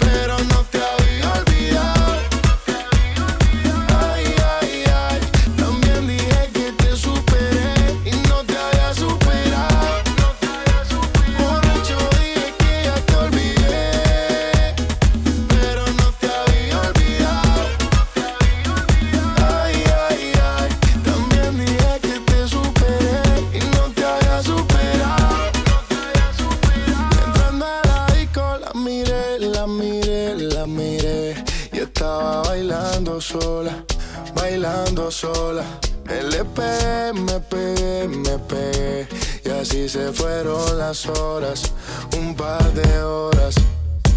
S6: pero no te había olvidado. Ay, ay, ay. También dije que te superé y no te había superado. Borracho dije que ya te olvidé, pero no te había olvidado. Ay, ay, ay. También dije que te superé y no te había superado. Entrando a la disco la miré, la miré, la miré Y estaba bailando sola, bailando sola E Me le pegué, me pegué, me pegué Y así se fueron las horas, un par de horas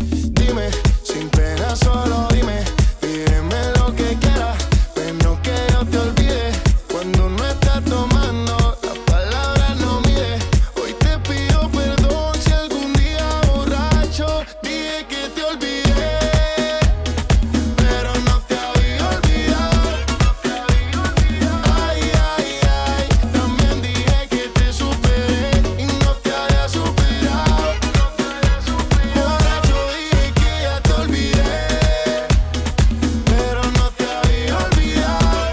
S6: Dime, sin pena solo dime Dime lo que quieras, menos que yo te olvide Cuando no estás tomando, las palabras no mide Hoy te pido perdón si algún día borracho Dije que te olvidé, pero no te había olvidado Ay, ay, ay, también dije que te superé Y no te había superado Borracho dije que ya te olvidé pero no te había olvidado.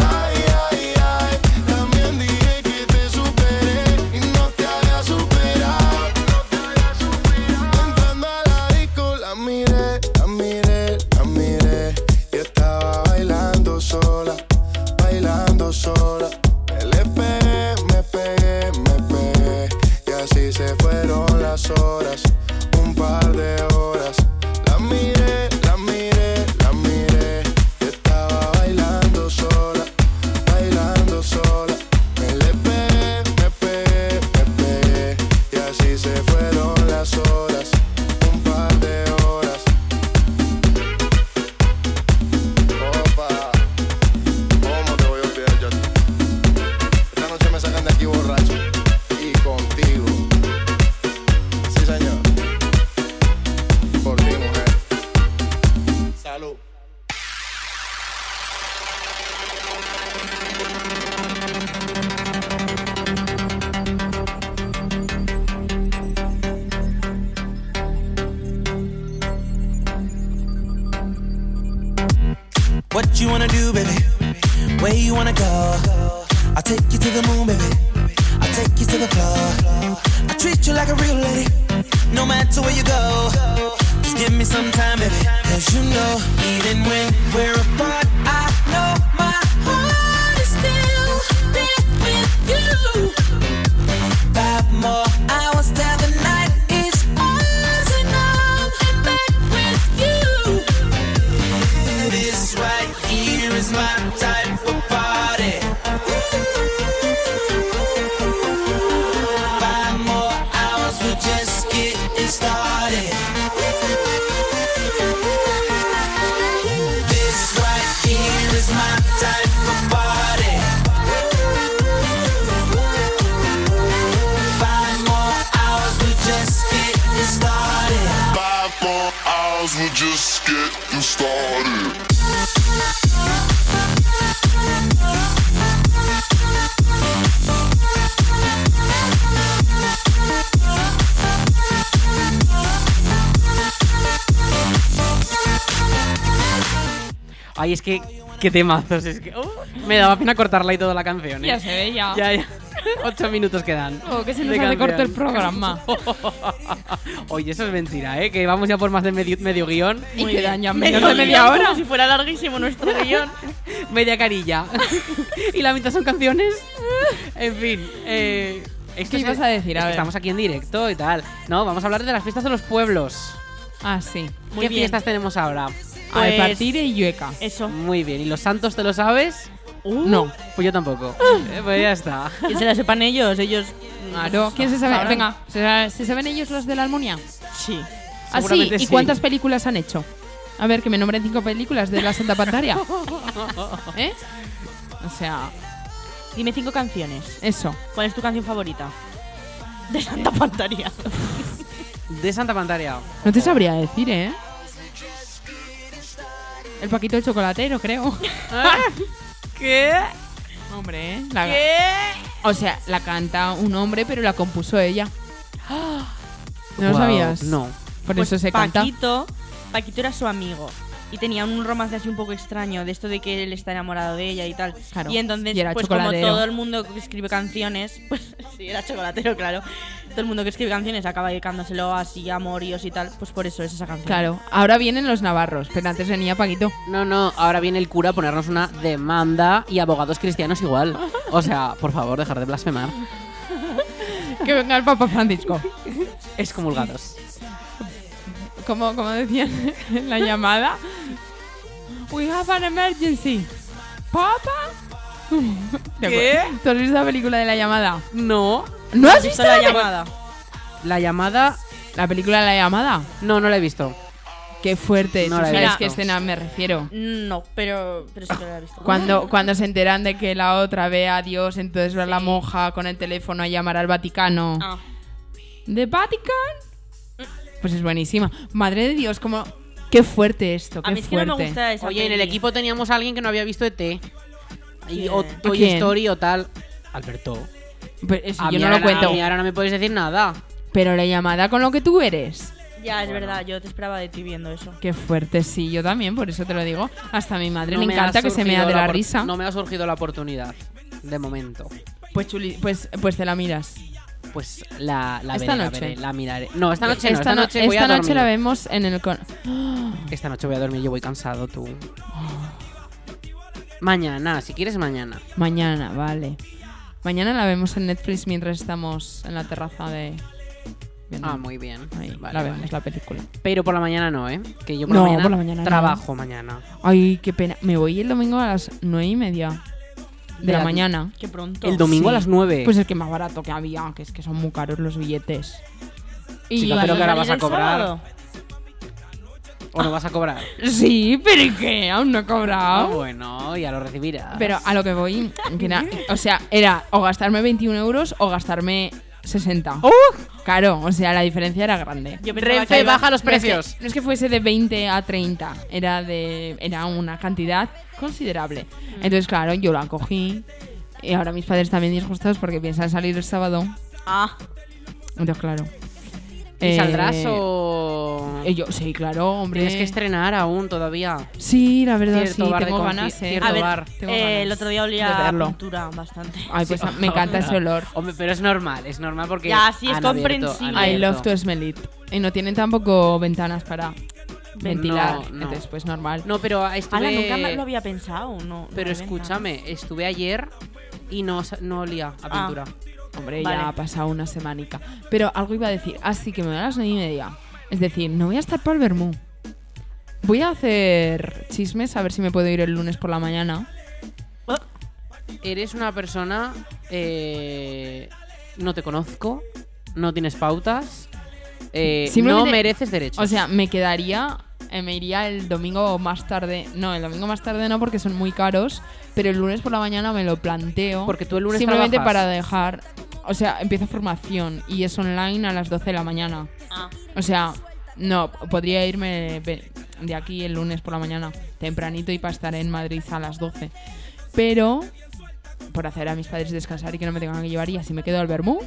S6: Ay, ay, ay. También dije que te superé y no te había superado. Entrando a la disco la miré, la miré, la miré y estaba bailando sola, bailando sola. Me le pegué, me pegué, me pegué y así se fueron las horas, un par de horas. La miré, la miré, la miré y estaba bailando sola, bailando sola. Me le pegué, me pegué, me pegué y así se fueron las horas, un par de horas. Opa, ¿cómo te voy a olvidar yo? a ti? Esta noche me sacan de aquí borracho y contigo. Sí, señor. Por ti, mujer. Salud.
S5: What you wanna do, baby? Where you wanna go? I'll take you to the moon, baby. I'll take you to the floor. I treat you like a real lady, no matter where you go. Just give me some time, baby. Cause you know, even when we're apart, I know my heart is still there with you. Five more hours till the night is ours, and I'm back with you. This right here is my type of party. Five more hours, we're just getting started. This right here is my type of party. Five more hours, we're just getting started.
S7: Five more hours, we're just getting started.
S1: Ay, es que. Qué temazos. Es que. ¡Oh! me daba pena cortarla y toda la canción, ¿eh?
S3: Ya se ve, ya.
S1: Ya, ya. Ocho minutos quedan.
S3: Oh, que se nos
S1: de
S3: hace corto el
S1: canción.
S3: programa.
S1: Oye, eso es mentira, ¿eh? Que vamos ya por más de medio, medio guión.
S3: y quedan ya
S2: Me
S3: menos de media
S2: como
S3: hora.
S2: si fuera larguísimo nuestro guión.
S1: Media carilla. y la mitad son canciones. en fin. Eh, esto
S3: ¿Qué
S1: es-
S3: ibas a
S1: es
S3: decir? A
S1: que
S3: ver.
S1: Estamos aquí en directo y tal. No, vamos a hablar de las fiestas de los pueblos.
S3: Ah, sí.
S2: Muy
S1: ¿Qué
S2: bien.
S1: fiestas tenemos ahora?
S2: Pues- eh,
S3: Alpartire y Yueca.
S2: Eso.
S1: Muy bien, ¿y los santos te lo sabes?
S3: No. Ah.
S1: Pues yo tampoco. Eh, pues ya está.
S2: Uh, Que se la sepan ellos, ellos.
S3: Claro. ¿Quién se sabe?
S2: Sabrán.
S3: Venga, ¿se, sa- se saben ellos los de la Almunia?
S2: Sí.
S3: Ah, sí.
S1: Seguramente
S3: ¿Y
S1: sí.
S3: cuántas películas han hecho? A ver, que me nombren cinco películas de la Santa Pantaria. ¿Eh? O sea,
S2: Dime cinco canciones.
S3: eso.
S2: ¿Cuál es tu canción favorita? De Santa Pantaria.
S1: De Santa Pantaria.
S3: No te sabría decir, ¿eh? El Paquito el Chocolatero, creo.
S1: ¿Qué?
S3: Hombre, ¿eh? La- O sea, la canta un hombre, pero la compuso ella. ¿No lo
S1: Guau,
S3: sabías?
S1: No.
S3: Por
S2: Pues
S3: eso se canta.
S2: Paquito, Paquito era su amigo. Y tenía un romance así un poco extraño, de esto de que él está enamorado de ella y tal.
S3: Claro,
S2: Y entonces,
S3: y era
S2: pues como
S3: chocolatero.
S2: todo el mundo que escribe canciones, pues sí, era chocolatero, claro. Todo el mundo que escribe canciones acaba dedicándoselo así a amoríos y tal, pues por eso es esa canción.
S3: Claro, ahora vienen los navarros, pero antes venía Paquito.
S1: No, no, ahora viene el cura a ponernos una demanda y abogados cristianos igual. O sea, por favor, dejar de blasfemar.
S3: Que venga el Papa Francisco.
S1: Excomulgados.
S3: Como, como decían en la llamada. We have an emergency. ¿Papa? ¿Te
S1: ¿Qué?
S3: acuerdas? ¿Tú has visto la película de la llamada?
S1: No.
S3: ¿No has
S2: ¿Has
S3: visto
S2: visto la llamada?
S1: La llamada.
S3: la película de la llamada?
S1: No, no la he visto.
S3: Qué fuerte.
S1: No
S3: ¿Tú
S1: la he
S3: sabes
S1: visto.
S3: qué escena me refiero?
S2: No, pero, pero sí que la he visto.
S3: Cuando, cuando se enteran de que la otra ve a Dios, entonces va la monja con el teléfono a llamar al Vaticano.
S2: Ah.
S3: ¿De Vatican? Pues es buenísima. Madre de Dios, como... Qué fuerte esto, qué
S2: A mí es que
S3: fuerte.
S2: no me gusta esa
S1: Oye, en el
S2: peli.
S1: equipo teníamos a alguien que no había visto ET. Y, o
S2: ¿Quién?
S1: Toy
S3: ¿Quién?
S1: Story o tal. Alberto.
S3: Pero eso
S1: A
S3: yo
S1: mí
S3: no lo
S1: ahora-
S3: cuento.
S1: a mí ahora no me podéis decir nada.
S3: Pero la llamada con lo que tú eres.
S2: Ya, es verdad, yo te esperaba de ti viendo eso.
S3: Qué fuerte, sí, yo también, por eso te lo digo. Hasta a mi madre
S1: No
S3: le
S1: me ha
S3: encanta que se me
S1: surgido
S3: da de la
S1: opor-
S3: risa.
S1: No me ha surgido la oportunidad. De momento.
S3: Pues, chuli- pues, pues te la miras.
S1: Pues la, la
S3: Esta
S1: veré, la
S3: noche.
S1: veré, la miraré. No, esta noche no,
S3: esta
S1: esta,
S3: no-
S1: noche voy
S3: esta
S1: a
S3: noche
S1: dormir.
S3: la vemos en el... con-
S1: Esta noche voy a dormir, yo voy cansado, tú. Oh. Mañana, si quieres mañana.
S3: Mañana, vale. Mañana la vemos en Netflix mientras estamos en la terraza de. viendo-
S1: Ah, muy bien.
S3: Mm. Ahí,
S1: Vale,
S3: la
S1: vale.
S3: vemos la película.
S1: Pero por la mañana no, ¿eh? Que yo por,
S3: No,
S1: la, mañana
S3: por la mañana no.
S1: trabajo mañana.
S3: Ay, qué pena. Me voy el domingo a las nueve y media de
S1: De
S3: la
S1: la-
S3: mañana.
S2: Qué pronto.
S1: El domingo a las 9.
S3: Pues el que más barato que había, que es que son muy caros los billetes. Y
S1: Chica, pero
S2: ¿Vas
S1: que ahora
S2: salir
S1: vas a
S2: el
S1: cobrar.
S2: sábado?
S1: ¿O no vas a cobrar?
S3: Sí, pero ¿y qué? Aún no he
S1: Ah,
S3: cobrado.
S1: bueno, ya lo recibirás.
S3: Pero ah, a lo que voy, que era- o sea, era o gastarme 21 euros o gastarme 60. Claro, o sea, la diferencia era grande.
S2: Yo pensaba que
S1: Renfe
S2: iba-
S1: baja los
S3: No es que-
S1: precios.
S3: No es que fuese de 20 a 30, era de era una cantidad considerable. Entonces, claro, yo la cogí y ahora mis padres también disgustados porque piensan salir el sábado.
S2: Ah,
S3: Entonces, claro.
S1: ¿Y
S3: Eh,
S1: saldrás o.?
S3: eh, Yo, sí, claro, hombre.
S1: Tienes que estrenar aún todavía.
S3: Sí, la verdad
S1: Cierto
S3: sí,
S1: bar de
S3: tengo
S1: confi-
S3: ganas, eh.
S1: cierto
S2: a ver,
S1: Probar,
S3: tengo
S2: eh,
S3: ganas
S2: el otro día
S3: de
S2: olía a
S3: verlo.
S2: pintura bastante.
S3: Ay, pues me encanta ese olor.
S1: Hombre, pero es normal, es normal porque.
S2: Ya, sí, es
S1: han abierto-
S2: comprensible.
S1: han
S3: I love
S1: abierto.
S3: to smell it. Y no tienen tampoco ventanas para ventilar,
S1: No, no.
S3: entonces pues normal.
S1: No, pero
S2: Ala,
S1: estuve.
S2: nunca me lo había pensado. No,
S1: Pero
S2: no me
S1: escúchame, estuve ayer y no, sa- no olía a
S2: Ah.
S1: pintura.
S3: Hombre,
S2: Vale.
S3: ya ha pasado una semanica. Pero algo iba a decir, así que me voy a las nueve y media. Es decir, no voy a estar para el vermú. Voy a hacer chismes a ver si me puedo ir el lunes por la mañana.
S2: encanta.
S1: Eres una persona. eh, no te conozco, no tienes pautas, eh, no
S3: Simplemente-
S1: mereces derechos.
S3: O sea, me quedaría, eh, me iría el domingo más tarde. No, el domingo más tarde no porque son muy caros, pero el lunes por la mañana me lo planteo.
S1: Porque tú el lunes
S3: Simplemente
S1: trabajas.
S3: para dejar, o sea, empieza formación y es online a las 12 de la mañana.
S2: Ah.
S3: O sea, no, podría irme ve- de aquí el lunes por la mañana, tempranito, y para estar en Madrid a las 12. Pero, por hacer a mis padres descansar y que no me tengan que llevar, y así me quedo al vermú.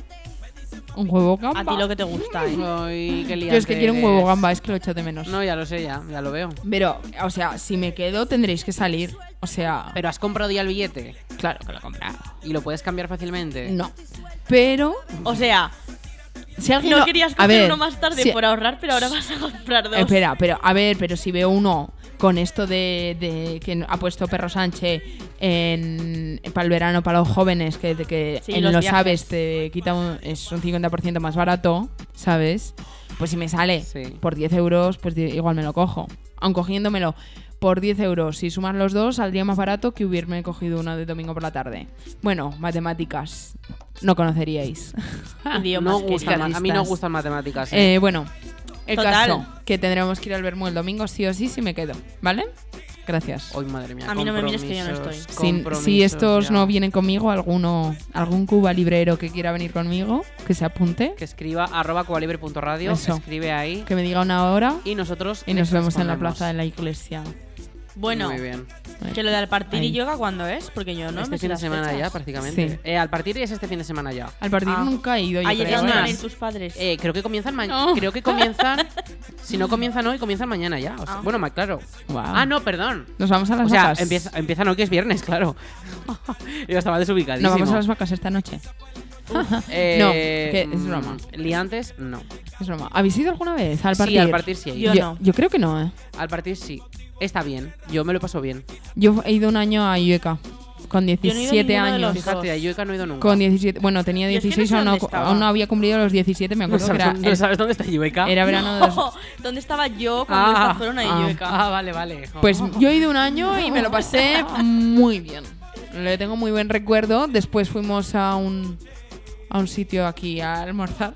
S3: Un huevo gamba.
S2: A ti lo que te gusta, ¿eh?
S1: Ay, qué
S3: Yo es que
S1: liante
S3: quiero un huevo
S1: eres.
S3: gamba, es que lo echo de menos.
S1: No, ya lo sé, ya, ya lo veo.
S3: Pero, o sea, si me quedo tendréis que salir. O sea,
S1: Pero has comprado ya el billete
S3: claro que lo he comprado.
S1: y lo puedes cambiar fácilmente.
S3: No. Pero,
S2: O sea,
S3: si alguien
S2: no
S3: lo-
S2: querías
S3: a
S2: comprar
S3: ver,
S2: uno más tarde
S3: si-
S2: por ahorrar, pero ahora vas a comprar dos.
S3: Espera, pero a ver, pero si veo uno con esto de, de que ha puesto Perro Sánchez en, para el verano, para los jóvenes, que, de que
S2: Sí,
S3: en
S2: los
S3: los,
S2: viajes.
S3: aves te quita un, es un 50% más barato, ¿sabes? Pues si me sale
S1: Sí.
S3: por 10 euros, pues di- igual me lo cojo. aun cogiéndomelo por 10 euros, si sumas los dos, saldría más barato que hubiérame cogido una de domingo por la tarde. Bueno, matemáticas, no conoceríais.
S2: Idiomas
S1: No
S2: que
S1: gustan ma- a mí no
S3: listas.
S1: gustan matemáticas. ¿eh?
S3: Eh, bueno, el
S2: Total.
S3: caso que tendremos que ir al Bermú el domingo sí o sí si me quedo, ¿vale? Gracias.
S1: Ay, madre mía.
S2: A mí no me mires que yo no
S1: compromisos,
S2: estoy.
S3: Si,
S1: compromisos,
S3: si estos
S1: ya.
S3: no vienen conmigo, alguno, algún cuba librero que quiera venir conmigo, que se apunte,
S1: Que escriba arroba cualibre.radio,
S3: Eso.
S1: escribe ahí.
S3: que me diga una hora
S1: Y nosotros.
S3: y nos
S1: les
S3: vemos en la
S1: respondemos.
S3: plaza de la iglesia.
S2: Bueno,
S1: Muy bien.
S2: que lo del partir
S3: Ahí.
S2: y yoga, ¿cuándo es? Porque yo no
S1: este
S2: me sé
S1: fin de
S2: las
S1: semana
S2: fechas.
S1: ya, prácticamente.
S3: Sí.
S1: Eh, al partir es este fin de semana ya.
S3: Al partido
S2: Ah.
S3: nunca he ido. yo
S2: Ayer
S3: creo,
S1: Es
S3: ¿eh?
S2: iban a
S1: más,
S2: venir tus padres.
S1: Eh, creo que comienzan ma-
S3: No.
S1: creo que comienzan si no comienzan hoy comienzan mañana ya o sea,
S2: Ah.
S1: bueno más claro
S3: Guau.
S1: ah no perdón
S3: Nos vamos a las
S1: o sea
S3: vacas.
S1: empieza, empiezan hoy que es viernes claro yo estaba desubicadísimo
S3: No, vamos a las vacas esta noche.
S1: Eh,
S3: No, que es
S1: mm,
S3: broma.
S1: liantes no
S3: Es broma. ¿Habéis ido alguna vez al partir?
S1: sí al partir sí he ido.
S2: Yo
S3: Yo,
S2: no.
S3: yo creo que no, ¿eh?
S1: al partir sí está bien yo me lo paso bien
S3: Yo he ido un año a Iueca con
S2: ido a
S3: 17
S2: ninguno de
S3: años.
S2: los
S1: fíjate a Yueca no he ido nunca
S3: Con 17, bueno, tenía
S2: Yo es que no
S3: 16
S2: sé
S3: aún, no,
S2: dónde estaba.
S3: aún no había cumplido los 17, me
S1: ¿No
S3: acuerdo que
S1: sabes,
S3: era,
S1: dónde- no sabes dónde está Yueca
S3: era verano de dos-
S2: ¿Dónde estaba yo cuando
S1: Ah,
S2: esta fueron a
S3: ah.
S2: Illueca?
S1: ah vale vale
S3: Pues yo he ido un año y me lo pasé muy bien. Le tengo muy buen recuerdo. Después fuimos a un, a un sitio aquí a almorzar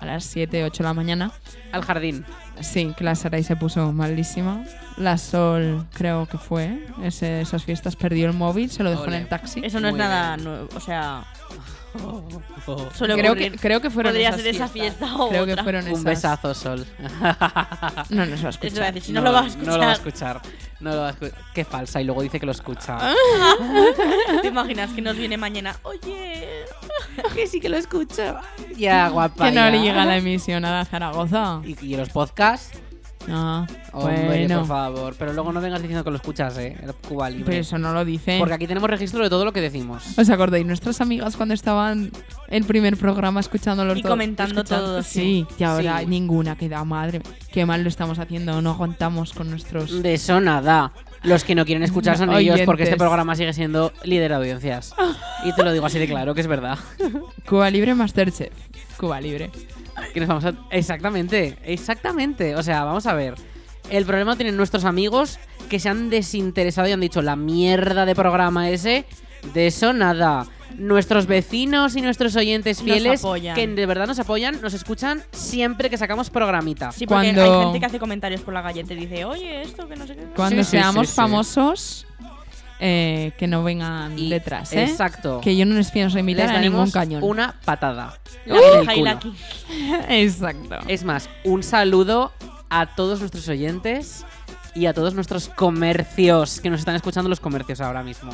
S3: a las 7, 8 de la mañana.
S1: al jardín
S3: Sí, que la Sarai se puso malísima. La Sol, creo que fue, ¿eh? ese- esas fiestas, perdió el móvil, se lo dejó
S1: Ole.
S3: en el taxi.
S2: Eso no
S1: Muy
S2: es nada nuevo. O sea, suele
S3: Creo que,
S2: ocurrir.
S3: creo que fueron
S2: Podría
S3: esas
S2: ser esa
S3: fiestas.
S2: fiesta o
S3: creo que
S2: otra.
S3: fueron esas.
S1: un besazo sol
S3: No nos va a
S2: Eso iba a
S3: escuchar.
S2: decir, si no, lo vas a
S1: No lo va a
S2: escuchar.
S1: escuchar. No lo va a escu- Qué falsa. Y luego dice que lo escucha.
S3: Ah,
S2: ¿Te imaginas que nos viene mañana? Oye,
S1: que sí que lo escucha. Ya, guapa.
S3: Que no
S1: ya.
S3: le llega la emisión a la Zaragoza.
S1: Y, y los podcasts.
S3: Ah,
S1: Hombre,
S3: bueno.
S1: por favor. Pero luego no vengas diciendo que lo escuchas, ¿eh? El Cuba Libre.
S3: Pero eso no lo dice.
S1: Porque aquí tenemos registro de todo lo que decimos.
S3: ¿Os acordáis? Nuestras amigas cuando estaban el primer programa escuchándolo
S2: Y
S3: todo-
S2: comentando
S3: escuchando-
S2: todo,
S3: Sí, y ahora
S1: Sí.
S3: ninguna queda madre. Qué mal lo estamos haciendo, no aguantamos con nuestros.
S1: De eso nada. Los que no quieren escuchar son ellos porque
S3: Oyentes.
S1: este programa sigue siendo líder de audiencias. Y te lo digo así de claro, que es verdad.
S3: Cuba Libre Masterchef. Cuba Libre.
S1: Que nos vamos a- Exactamente, exactamente. O sea, vamos a ver. El problema lo tienen nuestros amigos que se han desinteresado y han dicho la mierda de programa ese, de eso nada. Nuestros vecinos y nuestros oyentes
S2: Nos
S1: fieles
S2: apoyan.
S1: que de verdad nos apoyan, nos escuchan siempre que sacamos programita.
S2: sí, porque
S3: Cuando-
S2: hay gente que hace comentarios por la calle y te dice, oye, esto que no sé qué.
S3: Cuando
S1: sí,
S3: seamos
S1: sí, sí.
S3: famosos, eh, que no vengan
S1: Y-
S3: detrás, ¿eh?
S1: Exacto.
S3: Que yo no les pienso
S1: Les
S3: invitar a
S1: daremos
S3: ningún cañón.
S1: una patada.
S2: La
S1: en el
S2: vieja y la
S1: culo.
S2: qui-
S3: Exacto.
S1: Es más, un saludo a todos nuestros oyentes y a todos nuestros comercios que nos están escuchando los comercios ahora mismo.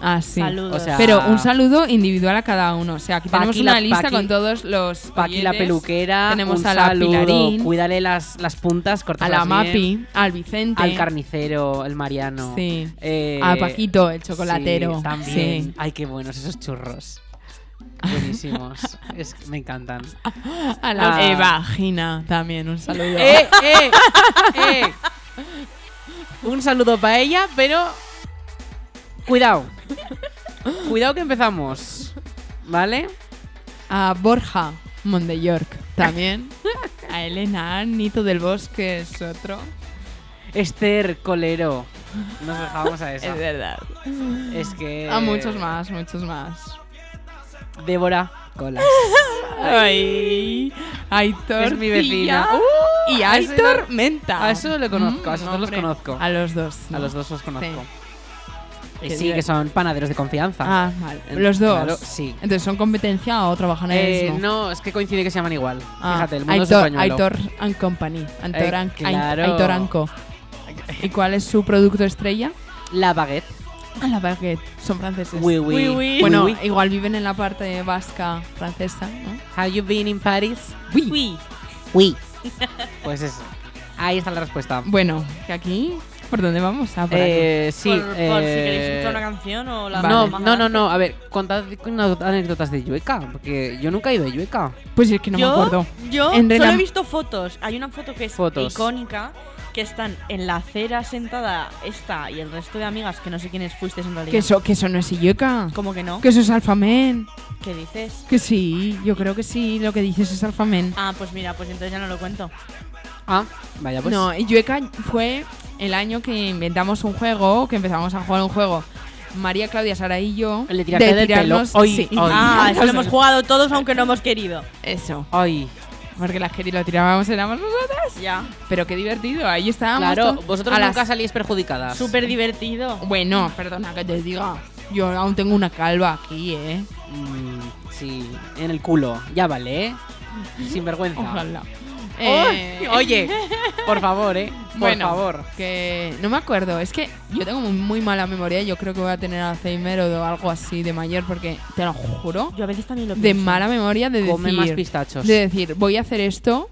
S3: Así.
S2: Saludos.
S1: O sea,
S3: Pero un saludo individual a cada uno. O sea, aquí tenemos
S1: Paqui la-
S3: una lista
S1: Paqui-
S3: con todos los.
S1: Paqui la
S3: oyentes.
S1: peluquera,
S3: Tenemos
S1: un
S3: a la
S1: saludo,
S3: Pilarín.
S1: cuídale las, las puntas, corta
S3: a la Mapi, al Vicente,
S1: al carnicero, el Mariano,
S3: Sí.
S1: eh,
S3: a Paquito, el chocolatero.
S1: sí, también.
S3: Sí.
S1: Ay, qué buenos esos churros. Buenísimos. Es que me encantan.
S3: A la
S1: Ah.
S3: Eva Gina también, un saludo.
S1: ¡Eh, eh, eh! Un saludo para ella, pero. Cuidado. Cuidado que empezamos. ¿Vale?
S3: A Borja Mondeyork también. a Elena Nito del Bosque es otro.
S1: Esther Colero. Nos dejamos a esa.
S3: verdad.
S1: Es que.
S3: A muchos más, muchos más.
S1: Débora Colas.
S3: Ay, Aitor.
S1: Es mi vecina.
S3: Tilla y
S1: a ese
S3: Aitor
S1: lo-
S3: Menta.
S1: a eso lo conozco, a esos dos los
S3: hombre.
S1: conozco.
S3: A los dos.
S1: A
S3: no.
S1: los dos los conozco. Y
S3: Qué
S1: sí, que
S3: divertido.
S1: son panaderos de confianza.
S3: Ah, vale. Los dos.
S1: Claro, sí.
S3: Entonces, ¿son competencia o trabajan en el
S1: Eh,
S3: mismo?
S1: no, es que coincide que se llaman igual.
S3: Ah,
S1: Fíjate, el mundo es un
S3: Aitor,
S1: pañuelo.
S3: Aitor and Company. Aitor,
S1: Eh,
S3: and- Ait-
S1: claro.
S3: Aitor and Co. ¿Y cuál es su producto estrella?
S1: Ah, La baguette.
S3: A la baguette. Son franceses.
S1: Oui, oui.
S2: Oui, oui.
S3: Bueno,
S1: Oui, oui.
S3: igual viven en la parte vasca francesa, ¿no?
S1: Have you been in Paris?
S2: Uy,
S1: Oui. Pues eso. Ahí está la respuesta.
S3: Bueno, que aquí, ¿por dónde vamos? Ah, por aquí.
S1: Eh, sí.
S2: por, por si queréis
S1: eh,
S2: escuchar una canción o la
S1: No,
S2: damos más
S1: no, no,
S2: adelante.
S1: no. A ver, contad unas anécdotas de Yueca. Porque yo nunca he ido a Yueca.
S3: Pues es que no me
S2: yo,
S3: acuerdo.
S2: yo
S3: En
S2: solo
S3: relam-
S2: he visto fotos. Hay una foto que es
S1: Fotos.
S2: icónica, que están en la acera sentada esta y el resto de amigas, que no sé quiénes fuisteis en realidad.
S3: Que eso, que eso no es Illueca.
S2: ¿Cómo que no?
S3: Que eso es Alfamen.
S2: ¿Qué dices?
S3: Que sí, yo creo que sí, lo que dices es Alfamen.
S2: Ah, pues mira, pues entonces ya no lo cuento.
S1: Ah, vaya pues.
S3: No, y Yueca fue el año que inventamos un juego, que empezamos a jugar un juego. María, Claudia, Sara y yo.
S1: Le tiraste del pelo. Hoy-
S3: sí.
S1: hoy.
S2: Ah,
S1: Ay,
S2: eso lo
S1: no
S2: hemos
S1: sé.
S2: jugado todos aunque no hemos querido.
S3: Eso.
S1: Ay,
S3: Porque las que lo tirábamos éramos nosotras.
S2: Ya.
S3: Pero qué divertido. Ahí estábamos.
S1: claro,
S3: to-
S1: vosotros
S3: Ah, a las-
S1: nunca salís perjudicadas.
S2: Súper divertido.
S3: Bueno, perdona que te diga. Yo aún tengo una calva aquí, ¿eh?
S1: Mm, sí, en el culo. Ya vale, ¿eh? Sin vergüenza.
S3: Ojalá. Eh,
S1: Oye, por favor, ¿eh? Por
S3: bueno,
S1: favor.
S3: que no me acuerdo. Es que yo tengo muy mala memoria. Yo creo que voy a tener Alzheimer o algo así de mayor porque te lo juro.
S2: Yo a veces también lo
S3: De
S2: pienso.
S3: mala memoria de
S1: Come más
S3: decir,
S1: pistachos.
S3: de decir, voy a hacer esto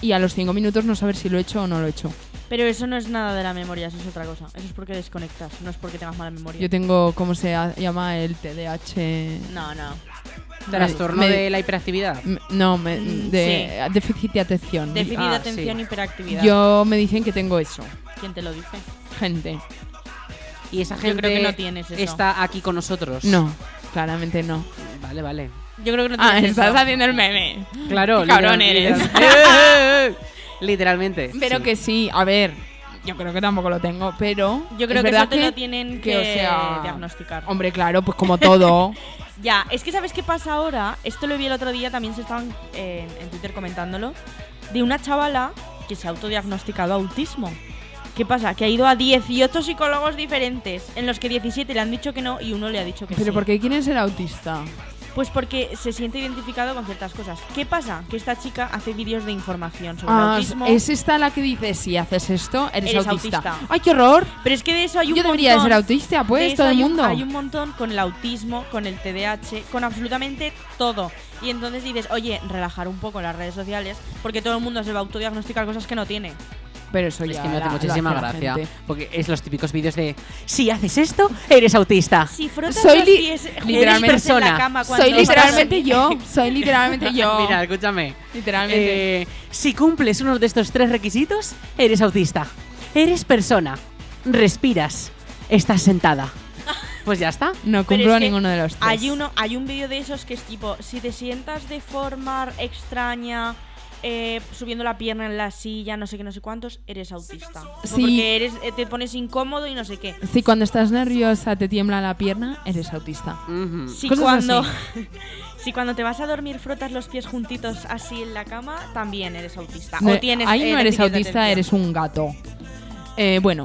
S3: y a los cinco minutos no saber si lo he hecho o no lo he hecho.
S2: Pero eso no es nada de la memoria, eso es otra cosa. Eso es porque desconectas, no es porque tengas mala memoria.
S3: Yo tengo, ¿cómo se ha- llama? El TDAH.
S2: No, no.
S3: Ah,
S1: Trastorno
S3: me-
S1: de la hiperactividad.
S3: M- No, me- de déficit de atención.
S2: Mm, Déficit
S1: Ah,
S2: de atención
S1: sí.
S2: y hiperactividad.
S3: Yo me dicen que tengo eso,
S2: ¿Quién te lo dice?
S3: gente.
S1: Y esa
S2: Yo
S1: gente
S2: creo que no tienes eso.
S1: está aquí con nosotros.
S2: Pues
S3: No, claramente no.
S1: Vale, vale.
S2: Yo creo que no
S3: Ah,
S2: tienes
S3: estás
S2: eso.
S3: haciendo el meme.
S1: Claro, Eh,
S3: Qué cabrón eres.
S1: literal- eh. literalmente.
S3: Pero
S1: sí.
S3: que sí, a ver, yo creo que tampoco lo tengo, pero
S2: Yo creo
S3: es
S2: que
S3: verdad
S2: eso te lo tienen que,
S3: que, o sea,
S2: diagnosticar.
S3: Hombre, claro, pues como todo.
S2: Ya, es que ¿sabes qué pasa ahora? Esto lo vi el otro día, también se estaban eh, en Twitter comentándolo, de una chavala que se ha autodiagnosticado autismo. ¿Qué pasa? Que ha ido a 18 psicólogos diferentes, en los que 17 le han dicho que no y uno le ha dicho que sí.
S3: pero ¿por qué quieren ser autista?
S2: Pues porque se siente identificado con ciertas cosas. ¿Qué pasa? Que esta chica hace vídeos de información sobre
S3: Ah,
S2: Pues autismo.
S3: es esta la que dice, si haces esto, eres,
S2: Eres
S3: autista.
S2: autista.
S3: ¡Ay, qué horror!
S2: Pero es que de eso hay un
S3: Yo debería de
S2: montón.
S3: ser autista,
S2: De
S3: pues,
S2: eso
S3: todo el
S2: hay un-
S3: mundo.
S2: hay un montón con el autismo, con el TDAH, con absolutamente todo. Y entonces dices, oye, relajar un poco las redes sociales, porque todo el mundo se va a autodiagnosticar cosas que no tiene.
S3: Pero eso ya
S1: Es que me
S3: la-
S1: hace
S3: lo
S1: muchísima
S3: hace la
S1: gracia.
S3: gente.
S1: Porque es los típicos vídeos de si haces esto, eres autista.
S2: Si frotas
S3: Soy
S2: los
S3: li-
S2: pies, eres
S3: literalmente-
S2: persona. En
S1: persona.
S2: la cama cuando
S3: Soy
S2: vas a
S3: literalmente
S2: dormir.
S3: yo. Soy literalmente yo.
S1: Mira, escúchame.
S3: literalmente.
S1: Eh, si cumples uno de estos tres requisitos, eres autista. Eres persona. Respiras. Estás sentada. Pues ya está.
S3: no
S2: Pero
S3: cumplo
S2: es que
S3: ninguno de los tres.
S2: Hay, uno, hay un vídeo de esos que es tipo, si te sientas de forma extraña, eh, subiendo la pierna en la silla, no sé qué, no sé cuántos, eres autista. Tipo,
S3: Sí.
S2: Porque eres, eh, te pones incómodo y no sé qué.
S3: Si cuando estás nerviosa te tiembla la pierna, eres autista.
S1: Ujú.
S2: Si
S3: Cosas
S2: cuando,
S3: así.
S2: si cuando te vas a dormir frotas los pies juntitos así en la cama, también eres autista.
S3: No,
S2: o tienes,
S3: ahí
S2: eh,
S3: no eres
S2: déficit de
S3: autista,
S2: atención.
S3: eres un gato. Eh, bueno,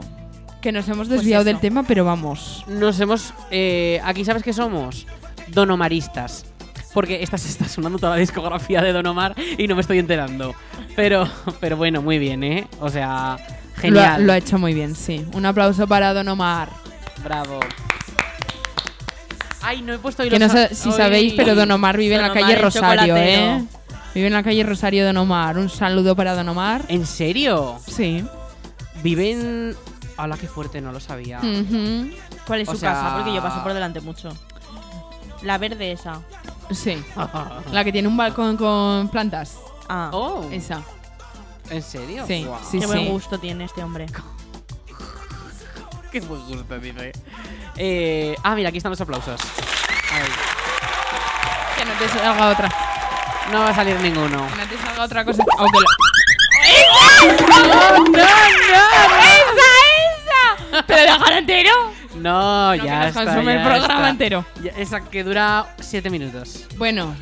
S3: que nos hemos desviado del
S2: Pues eso.
S3: tema, pero vamos.
S1: Nos hemos. eh, aquí sabes que somos donomaristas. Porque esta se está sonando toda la discografía de Don Omar y no me estoy enterando. Pero, pero bueno, muy bien, ¿eh? O sea,
S3: Lo ha,
S1: genial.
S3: lo ha hecho muy bien, sí. Un aplauso para Don Omar.
S1: Bravo. Ay, no he puesto hoy
S3: Que no
S1: los-
S3: sé si
S1: hoy-
S3: sabéis, pero Don Omar vive en
S2: Don
S3: la
S2: Omar
S3: calle
S2: es
S3: Rosario,
S2: chocolatero.
S3: ¿eh? Vive en la calle Rosario Don Omar. Un saludo para Don Omar.
S1: ¿En serio?
S3: Sí.
S1: Viven. Hola, qué fuerte, no lo sabía.
S3: Mm. Ujú.
S2: ¿Cuál es
S1: O
S2: su
S1: sea-
S2: casa? Porque yo paso por delante mucho. La verde esa.
S3: Sí. La que tiene un balcón con plantas.
S2: Ah,
S1: Oh,
S3: Esa.
S1: ¿en serio?
S3: Sí,
S1: Guau.
S3: sí,
S2: qué buen
S3: sí.
S2: gusto tiene este hombre.
S1: Qué buen gusto, dice. Eh, ah, mira, aquí están los aplausos. Ay,
S3: Que no te salga otra.
S1: no va a salir ninguno.
S3: Que no te salga otra cosa. Aunque lo-
S1: ¡No, no!
S3: ¡Esa, esa! ¿Pero dejar entero?
S1: No,
S3: No, que
S1: ya
S3: nos
S1: está. ya
S3: consume el programa
S1: está.
S3: entero.
S1: Ya- esa que dura 7 minutos.
S3: Bueno,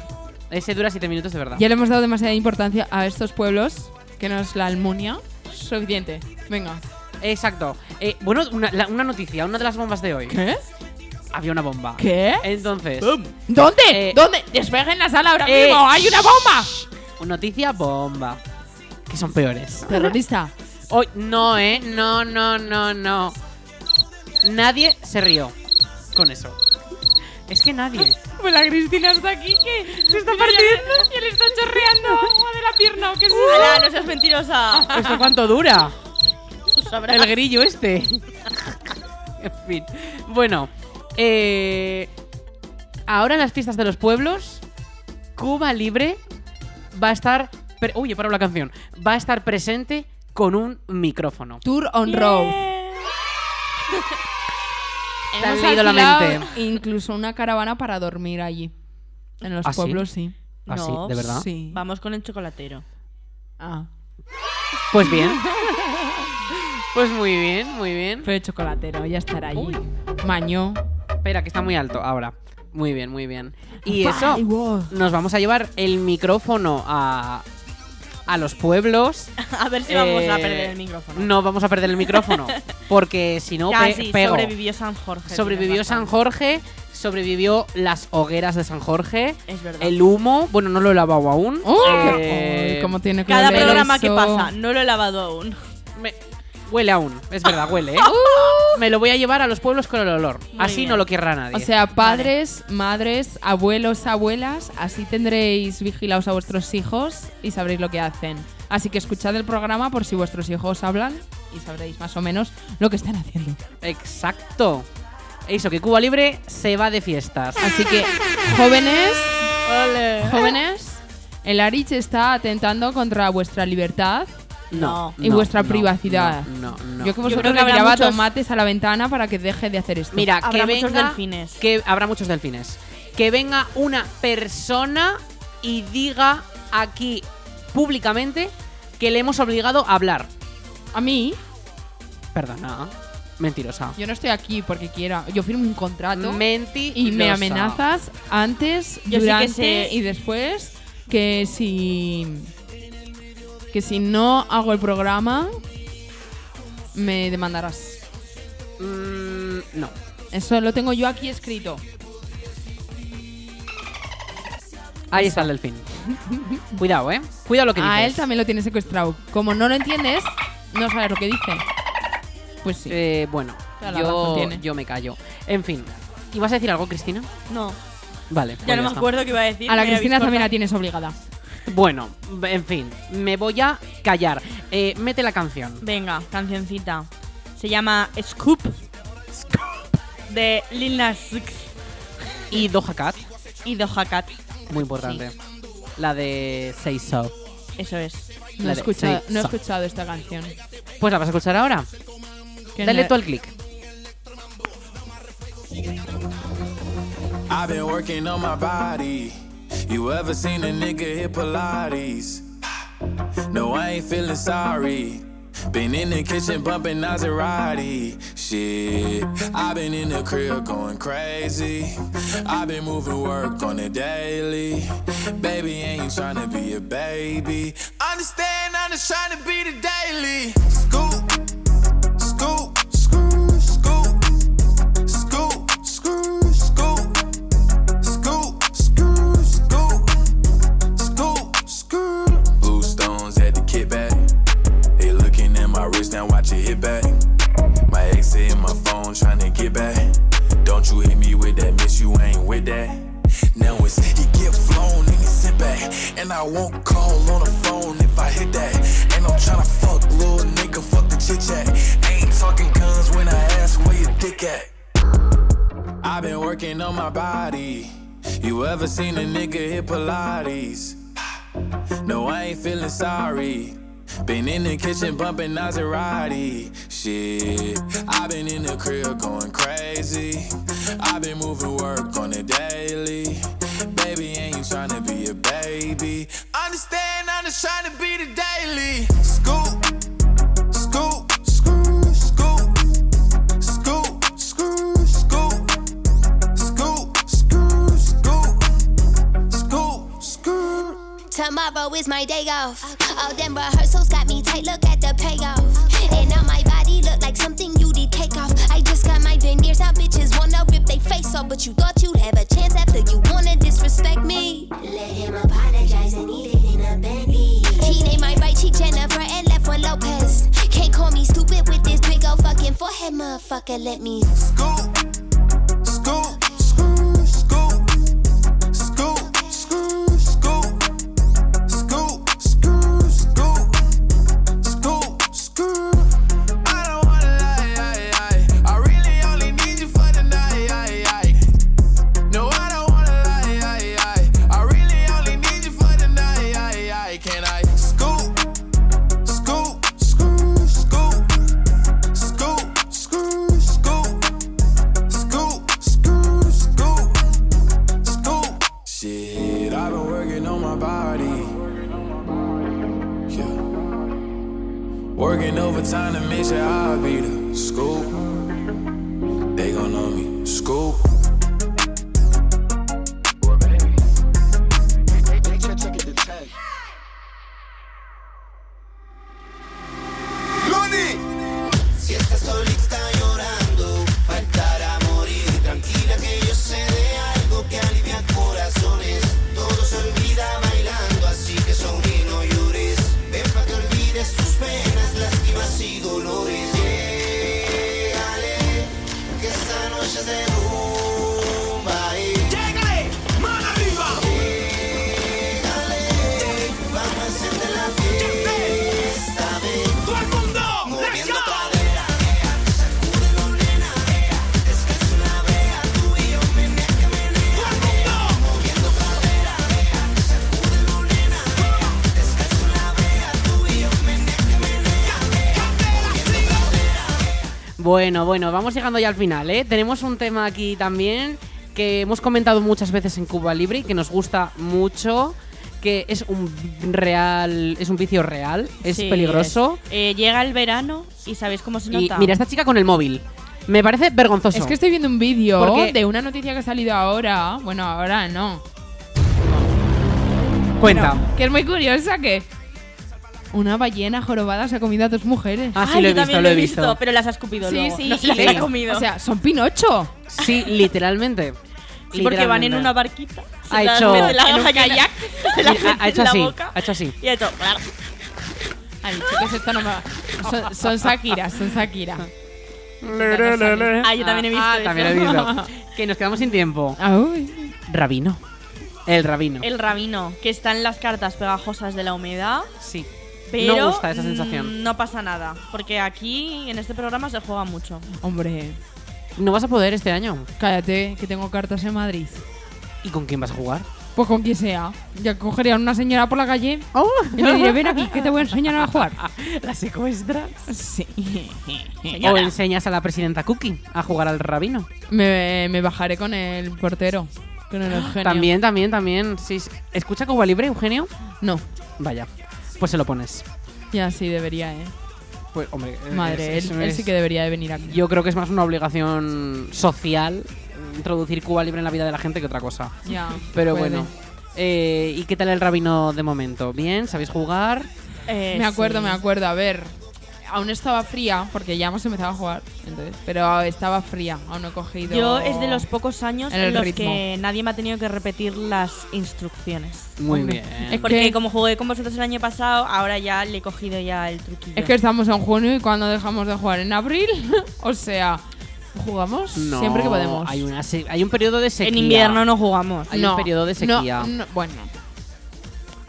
S1: Ese dura 7 minutos de verdad.
S3: ya le hemos dado demasiada importancia a estos pueblos, que no es la Almunia. Suficiente. Venga.
S1: Exacto. Eh, bueno, una, la- una noticia, una de las bombas de hoy.
S3: ¿Qué?
S1: Había una bomba.
S3: ¿Qué? ¡Oh!
S1: Entonces,
S3: ¿Dónde?
S1: Eh,
S3: ¿Dónde? Despeguen la sala ahora
S1: eh,
S3: mismo. ¡Hay una bomba!
S1: Pues noticia bomba. Que son peores.
S3: Terrorista.
S1: Hoy, no, ¿eh? No, no, no, no. Nadie se rió con eso. Es que nadie.
S3: Pues la Cristina está aquí que se está partiendo y le está chorreando agua de la pierna. ¿Qué es
S2: ¡Hala, Ah, no seas mentirosa!
S1: ¿Esto cuánto dura?
S2: Tú sabrás.
S1: El grillo este. en fin. Bueno, eh, ahora en las fiestas de los pueblos, Cuba Libre va a estar. pre- Uy, he parado la canción. Va a estar presente con un micrófono.
S3: Tour on road.
S1: Te han
S3: Hemos
S1: leído la
S3: alquilado
S1: mente.
S3: Incluso una caravana para dormir allí. En los
S1: ¿Ah, sí?
S3: pueblos, sí.
S1: Así,
S2: No,
S1: de verdad.
S3: Sí.
S2: Vamos con el chocolatero.
S3: Ah.
S1: Pues bien. Pues muy bien, muy bien.
S3: Fue chocolatero, ya estará allí.
S1: Uy.
S3: Maño.
S1: Espera, que está muy alto ahora. Muy bien, muy bien. Y
S3: Bye,
S1: eso,
S3: wow.
S1: nos vamos a llevar el micrófono a, a los pueblos.
S2: A ver si vamos a
S1: Eh,
S2: perder el micrófono.
S1: No vamos a perder el micrófono, porque si no,
S2: Ya,
S1: pe-
S2: sí,
S1: pego.
S2: sobrevivió San Jorge.
S1: Sobrevivió
S2: tienes
S1: San
S2: razón.
S1: Jorge, sobrevivivió las hogueras de San Jorge,
S2: Es verdad.
S1: el humo, bueno, no lo he lavado aún.
S3: ¡Oh!
S1: Eh,
S3: Uy, ¿Cómo tiene que
S2: Cada
S3: oler
S2: programa que
S3: eso.
S2: pasa, no lo he lavado aún.
S1: me- huele aún, es verdad, huele. ¿eh? me lo voy a llevar a los pueblos con el olor,
S2: Muy
S1: así
S2: bien.
S1: no lo querrá nadie.
S3: O sea, padres, madres, abuelos, abuelas, así tendréis vigilados a vuestros hijos y sabréis lo que hacen. Así que escuchad el programa por si vuestros hijos hablan y sabréis más o menos lo que están haciendo.
S1: Exacto. Eso, que Cuba Libre se va de fiestas.
S2: Ah,
S3: Así que, jóvenes, jóvenes, el Arich está atentando contra vuestra libertad.
S1: No.
S3: Y vuestra privacidad.
S1: No, no. no.
S3: Yo que vosotros
S2: creo que
S3: le
S2: habrá
S3: tiraba
S2: muchos-
S3: tomates a la ventana para que deje de hacer esto.
S1: Mira,
S2: Habrá
S1: que venga,
S2: muchos delfines.
S1: Que habrá muchos delfines. Que venga una persona y diga aquí públicamente que le hemos obligado a hablar.
S3: a mí,
S2: Ah.
S1: Perdona. Mentirosa.
S3: yo no estoy aquí porque quiera. Yo firmo un contrato.
S1: Mentirosa.
S3: y me amenazas antes,
S2: Yo sí que
S3: durante
S2: sé.
S3: y después que si que si no hago el programa me demandarás.
S1: Mm, no.
S3: Eso lo tengo yo aquí escrito.
S1: Ahí está el delfín. Cuidado, eh. Cuidado lo que dices.
S3: A él también lo tiene secuestrado. Como no lo entiendes, no sabes lo que dice. Pues sí.
S1: Eh, bueno,
S3: Toda la razón
S1: yo,
S3: tiene.
S1: yo me callo. En fin. ¿Ibas a decir algo, Cristina?
S2: No,
S1: Vale.
S2: ya
S1: pues
S2: no me
S1: está.
S2: acuerdo qué iba a decir.
S3: a la
S2: me
S3: Cristina
S2: habéis
S3: también la
S2: cortado.
S3: tienes obligada.
S1: Bueno, en fin. Me voy a callar. Eh, mete la canción.
S2: Venga, cancioncita. Se llama Scoop. De Lil Nas X
S1: Y Doja Cat.
S2: y Doja Cat.
S1: Muy importante. La de Say So.
S2: Eso es.
S3: No
S1: La
S3: he
S1: de
S3: escuchado,
S1: Say
S3: no he
S1: So.
S3: escuchado esta canción.
S1: Pues la vas a escuchar ahora.
S3: Que
S1: Dale
S3: no-
S1: tú al clic.
S5: I've been working on my body. You ever seen a nigga hit Pilates? No, I ain't feeling sorry. Been in the kitchen bumping Maserati. Shit, I've been in the crib going crazy. I've been moving work on the daily. Baby, ain't you trying to be a baby? Understand, I'm just trying to be the daily. Scoop, scoop, scoop, scoop. Scoop, scoop, scoop. Scoop, scoop, scoop. Scoop, scoop. Blue stones at the kickback. They looking at my wrist, now watch it hit back. My ex in my phone trying to get back. Don't you hit me with that, miss you ain't with that. Now it's he get flown and he sit back. And I won't call on the phone if I hit that. And I'm tryna fuck little nigga, fuck the chit chat. Ain't talking guns when I ask where your dick at. I've been working on my body. You ever seen a nigga hit Pilates? No, I ain't feeling sorry. Been in the kitchen bumping Maserati. Shit, I've been in the crib going crazy. I've been moving work on the daily. Baby, ain't you trying to be a baby? Understand, I'm just trying to be the daily. Scoop, scoop, scoop, scoop, scoop, scoop, scoop. Scoop, scoop, scoop, scoop, scoop.
S7: Tomorrow is my day off. All them rehearsals got me tight. Look at the payoff. And now my body look like something you did take off. I just got my veneers out. Bitches wanna rip they face off, but you thought you'd have a chance after you wanna disrespect me. Let him apologize and eat it in a bendy. He named my right cheek Jennifer and left one Lopez. Can't call me stupid with this big old fucking forehead, motherfucker. Let me
S5: Scoop, scoop, scoop, scoop, scoop, scoop, scoop, scoop, scoop, scoop, scoop, scoop. I don't wanna lie, I, I, I really only need you for the night, I, I. No, I don't wanna lie, I, I, I really only need you for the night, I, I. Can I scoop, scoop, scoop, scoop, scoop, scoop, scoop? Scoop,
S8: time to make sure I be the scoop. They gon' know me, scoop.
S9: Si estás solita llorando, faltará morir. Tranquila que yo sé de algo que alivia corazones. Todo se olvida bailando, así que sonríe, no llores. Ven pa' que olvides tus penas, lástimas y dolores. Llegale, que esta noche es de rumba. Llegale, mano arriba. Llegale, vamos a encender la fiesta. Ven, todo el mundo, moviendo cadera.
S1: Bueno, bueno, vamos llegando ya al final, ¿eh? Tenemos un tema aquí también que hemos comentado muchas veces en Cuba Libre y que nos gusta mucho, que es un real, es un vicio real, es
S2: Sí,
S1: peligroso.
S2: es. Eh, llega el verano y ¿sabéis cómo se
S1: Y
S2: nota?
S1: mira, este- esta chica con el móvil. Me parece vergonzoso.
S3: Es que estoy viendo un vídeo
S1: Porque-
S3: de una noticia que ha salido ahora. Bueno, ahora no.
S1: Cuenta.
S3: Que es muy curiosa que una ballena jorobada se ha comido a dos mujeres.
S1: Ah, sí,
S2: Ay,
S1: lo he
S2: yo
S1: visto,
S2: también
S1: lo he visto.
S2: pero las has escupido luego. No se las
S3: y-
S2: has comido.
S3: O sea, son Pinocho.
S1: Sí, literalmente.
S2: Sí, porque van en
S1: Literalmente.
S2: una barquita. se
S1: Ha
S2: las
S1: hecho-
S2: mete la
S1: en un
S2: gallina-
S3: kayak.
S2: se las
S1: Sí, ha- ha
S2: mete en
S1: hecho
S2: la
S1: así,
S2: boca
S1: ha hecho así.
S2: Y ha hecho, claro.
S3: Ay, chicos, esto no me va- Son, son Shakira, son Shakira.
S2: Ah, yo también he visto
S1: Ah,
S2: eso.
S1: también lo he visto. que nos quedamos sin tiempo.
S3: Ay.
S1: Rabino. El rabino.
S2: El rabino, que está en las cartas pegajosas de la humedad.
S1: Sí.
S2: Pero
S1: no gusta esa
S2: mm,
S1: sensación.
S2: No pasa nada, porque aquí en este programa se juega mucho.
S3: Hombre,
S1: No vas a poder este año.
S3: cállate, que tengo cartas en Madrid.
S1: ¿Y con quién vas a jugar?
S3: Pues con quien sea. Ya cogería a una señora por la calle
S2: Oh,
S3: y le diré, ven aquí, que te voy a enseñar a jugar.
S1: ¿La secuestras?
S3: Sí.
S1: ¿O enseñas a la presidenta Cookie a jugar al rabino?
S3: Me, me bajaré con el portero, con el Eugenio.
S1: También, también, también. Sí, sí. ¿Escucha Cuba Libre, Eugenio?
S3: No,
S1: Vaya. Pues se lo pones.
S3: ya sí debería, ¿eh?
S1: Pues, hombre.
S3: Madre,
S1: es-
S3: él,
S1: eso
S3: él
S1: es-
S3: sí que debería de venir aquí.
S1: Yo creo que es más una obligación social eh, introducir Cuba Libre en la vida de la gente que otra cosa.
S3: Ya,
S1: Pero
S3: puede.
S1: bueno. Eh, ¿Y qué tal el rabino de momento? ¿Bien? ¿Sabéis jugar?
S2: Eh,
S3: Me acuerdo,
S2: sí.
S3: me acuerdo. A ver, aún estaba fría, porque ya hemos empezado a jugar, entonces, pero estaba fría, aún no he cogido...
S2: Yo es de los pocos años
S3: En
S2: en,
S3: el
S2: los
S3: ritmo.
S2: que nadie me ha tenido que repetir las instrucciones.
S1: Muy
S3: Hombre.
S1: bien.
S3: Es
S2: Porque
S3: que-
S2: como jugué con vosotros el año pasado, ahora ya le he cogido ya el truquillo.
S3: Es que estamos en junio y cuando dejamos de jugar en abril, o sea, jugamos
S1: No,
S3: siempre que podemos.
S1: Hay, una se- hay un periodo de sequía.
S2: en invierno no jugamos.
S1: hay un periodo de
S3: no,
S1: sequía.
S3: no, bueno,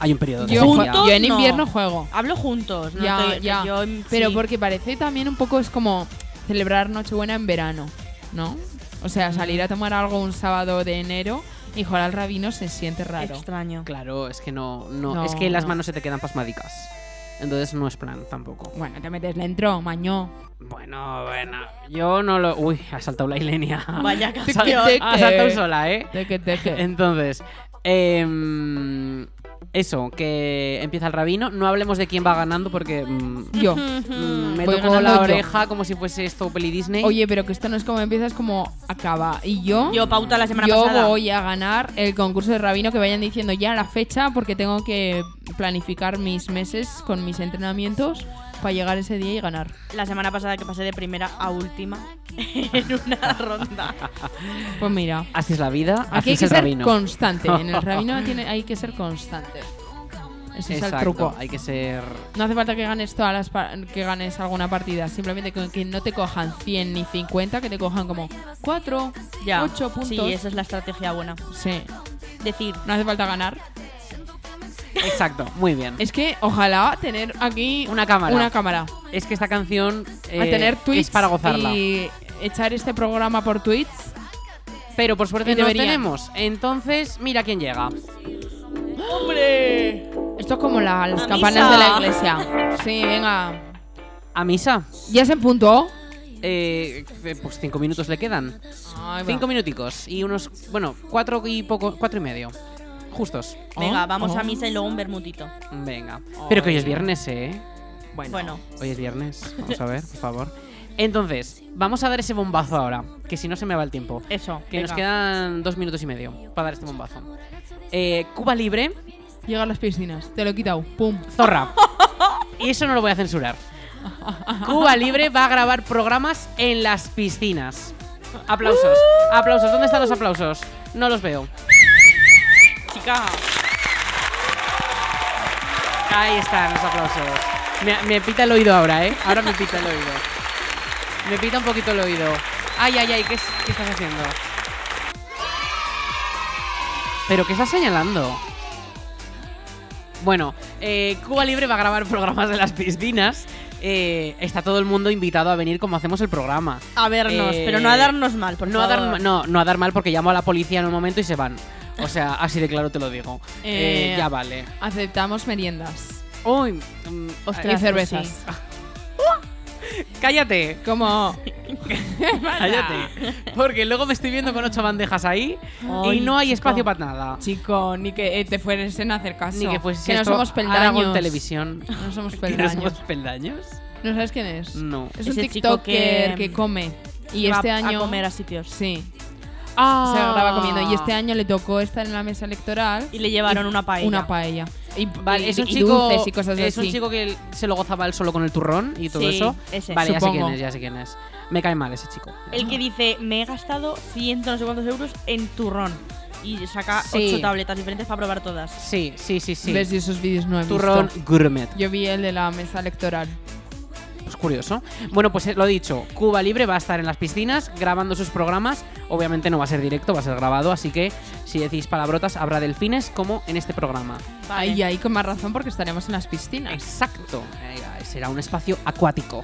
S1: Hay un periodo de
S3: yo, ju-
S1: sequía.
S2: ¿Juntos?
S3: yo en
S2: No.
S3: invierno juego.
S2: Hablo juntos, ¿no?
S3: ya,
S2: Te-
S3: ya.
S2: yo, mm,
S3: Pero
S2: sí.
S3: porque parece también un poco es como celebrar Nochebuena en verano, ¿no? O
S2: Mm.
S3: sea, salir a tomar algo un sábado de enero y jugar al rabino se siente raro.
S2: Extraño.
S1: Claro, es que no, no,
S3: No,
S1: Es que las
S3: no.
S1: manos se te quedan pasmadicas. Entonces no es plan tampoco.
S3: Bueno, te metes dentro, mañó.
S1: Bueno, bueno. Yo no lo. Uy, ha saltado la Ilenia.
S2: Vaya
S1: Ha sal-
S3: Tic, tic,
S1: ha saltado
S3: tic.
S1: sola, ¿eh?
S3: Teque, teque.
S1: Entonces, em, eso, que empieza el rabino. No hablemos de quién va ganando porque mm,
S3: Yo.
S1: mm, me
S3: Voy
S1: tocó
S3: ganando
S1: la
S3: yo.
S1: oreja como si fuese esto peli Disney.
S3: Oye, pero que esto no es como empieza, es como acaba. Y yo,
S2: Yo pauta la semana
S3: yo
S2: pasada.
S3: voy a ganar el concurso de rabino que vayan diciendo ya la fecha porque tengo que planificar mis meses con mis entrenamientos para llegar ese día y ganar.
S2: La semana pasada que pasé de primera a última en una ronda.
S3: Pues mira,
S1: Así es la vida,
S3: aquí
S1: así
S3: hay
S1: es
S3: que
S1: el
S3: ser
S1: rabino.
S3: constante. En el rabino tiene, hay que ser constante. Ese es el
S1: Exacto,
S3: truco.
S1: hay que ser.
S3: No hace falta que ganes todas las pa- que ganes alguna partida, simplemente con que no te cojan 100 ni 50, que te cojan como 4,
S2: Ya.
S3: 8 puntos.
S2: Sí, esa es la estrategia buena.
S3: Sí.
S2: Decir,
S3: No hace falta ganar.
S1: Exacto, muy bien.
S3: Es que ojalá tener aquí
S1: Una cámara.
S3: Una cámara.
S1: Es que esta canción
S3: a
S1: eh,
S3: tener tweets
S1: es para gozarla.
S3: y echar este programa por tweets.
S1: Pero por suerte
S3: y
S1: no lo
S3: deberían.
S1: tenemos. Entonces, mira quién llega.
S3: ¡Hombre! Esto es como la- las
S2: A
S3: campanas
S2: misa.
S3: de la iglesia. Sí, venga.
S1: A misa.
S3: ¿Ya se punto?
S1: Eh, eh, pues cinco minutos le quedan. Cinco
S3: Cinco
S1: minuticos y unos, bueno, cuatro y poco, cuatro y medio. Justos.
S2: venga, vamos
S3: oh.
S2: a misa y luego un bermutito.
S1: Venga. Pero que hoy es viernes, ¿eh?
S3: Bueno,
S2: Bueno,
S1: Hoy es viernes, vamos a ver, por favor. Entonces, vamos a dar ese bombazo ahora, que si no se me va el tiempo.
S2: eso.
S1: Que nos
S2: venga.
S1: quedan dos minutos y medio para dar este bombazo. Eh, Cuba Libre,
S3: llega a las piscinas, te lo he quitado, pum.
S1: Zorra. Y eso no lo voy a censurar. Cuba Libre va a grabar programas en las piscinas. Aplausos, aplausos. ¿Dónde están los aplausos? No los veo.
S2: Chica,
S1: Ahí están los aplausos. Me, me pita el oído ahora, ¿eh? Ahora me pita el oído. Me pita un poquito el oído. Ay, ay, ay, ¿qué, es- qué estás haciendo? ¿Pero qué estás señalando? Bueno, eh, Cuba Libre va a grabar programas de las piscinas. Eh, está todo el mundo invitado a venir como hacemos el programa.
S2: a vernos,
S1: Eh,
S2: pero no a darnos mal, por
S1: no, a dar,
S2: favor.
S1: ma- no, no a dar mal porque llamo a la policía en un momento y se van. O sea, así de claro te lo digo. Eh,
S3: Eh,
S1: ya vale.
S3: Aceptamos meriendas
S1: Uy, mm,
S3: y cervezas.
S1: ¡Oh! Cállate,
S3: Como
S1: cállate. Porque luego me estoy viendo con ocho bandejas ahí y
S3: Ay,
S1: no hay
S3: chico.
S1: espacio para nada.
S3: chico, ni que eh, te fuesen a hacer caso.
S1: Ni que fuese
S3: no
S1: esto
S3: somos
S1: Aragón
S3: peldaños.
S1: Televisión.
S3: No somos
S1: ¿Que no
S3: peldaños.
S1: somos Mm. peldaños?
S3: ¿No sabes quién es?
S1: No.
S3: Es un
S2: Ese chico
S3: TikToker que,
S2: que
S3: come. Y
S2: Va
S3: este
S2: a-
S3: año.
S2: A comer a sitios.
S3: Sí.
S1: Ah.
S3: Se graba comiendo. Y este año le tocó estar en la mesa electoral.
S2: Y le llevaron una paella.
S3: Una paella. Y,
S1: Vale,
S3: y-
S1: es un
S3: y
S1: chico,
S3: dulces y cosas
S1: es un
S3: así.
S1: chico que él se lo gozaba él solo con el turrón y todo
S2: Sí,
S1: eso.
S2: ese.
S1: Vale, ya sé
S3: Supongo.
S1: quién es, ya sé quién es. Me cae mal ese chico.
S2: El que dice, me he gastado ciento no sé cuántos euros en turrón. Y saca
S1: Sí.
S2: ocho tabletas diferentes para probar todas.
S1: Sí, sí, sí, sí.
S3: ¿Ves? Yo esos vídeos no he visto.
S1: Turrón gourmet.
S3: Yo vi el de la mesa electoral.
S1: Pues curioso. Bueno, pues eh, lo dicho, Cuba Libre va a estar en las piscinas grabando sus programas. Obviamente no va a ser directo, va a ser grabado, así que si decís palabrotas habrá delfines como en este programa.
S3: Ahí, ahí con más razón porque estaremos en las piscinas.
S1: Exacto. Eh, Será un espacio acuático.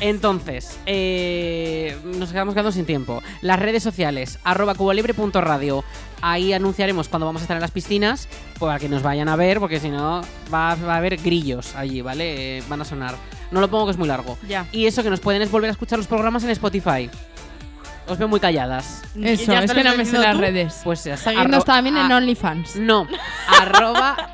S1: Entonces, eh, nos quedamos quedando sin tiempo. Las redes sociales, arroba cubalibre.radio. Ahí anunciaremos cuando vamos a estar en las piscinas para que nos vayan a ver, porque si no va, va a haber grillos allí, ¿vale? Eh, van a sonar. No lo pongo que es muy largo.
S2: Ya.
S1: Y eso que nos pueden es volver a escuchar los programas en Spotify. Os veo muy calladas.
S3: Eso,
S2: Ya
S3: es
S2: te
S3: que
S2: lo
S3: no me
S2: has
S3: sé las
S2: tú.
S3: redes.
S1: Pues ya está.
S3: Seguirnos
S1: Arro-
S3: también en
S1: a-
S3: OnlyFans.
S1: No, arroba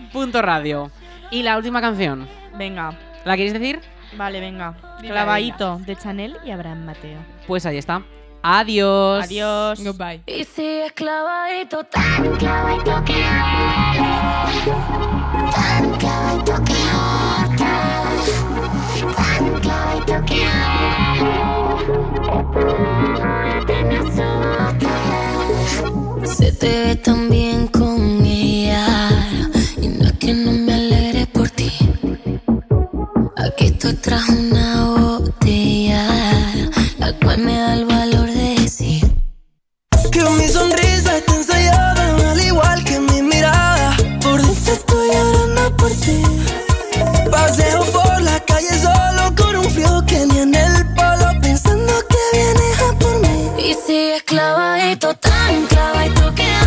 S1: cubalibre.radio. Y la última canción.
S2: Venga.
S1: ¿La queréis decir?
S2: Vale, venga.
S3: Dila,
S2: Clavadito de Chanel y Abraham Mateo.
S1: Pues ahí está. Adiós.
S2: Adiós.
S3: Goodbye.
S4: Y sigues clavadito tan clavadito que duele, tan clavadito que hurtas, tan clavadito que duele, te me asustas. Se te ve tan bien con ella y no es que no me alegre por ti. Aquí estoy tras una botella, la cual me da el valor de decir.
S9: Que mi sonrisa está ensayada, al igual que mi mirada. Por dentro estoy llorando por ti. Paseo por la calle solo con un frío que ni en el polo. Pensando que vienes a por mí.
S4: Y sigues clavadito, tan clavadito que este Este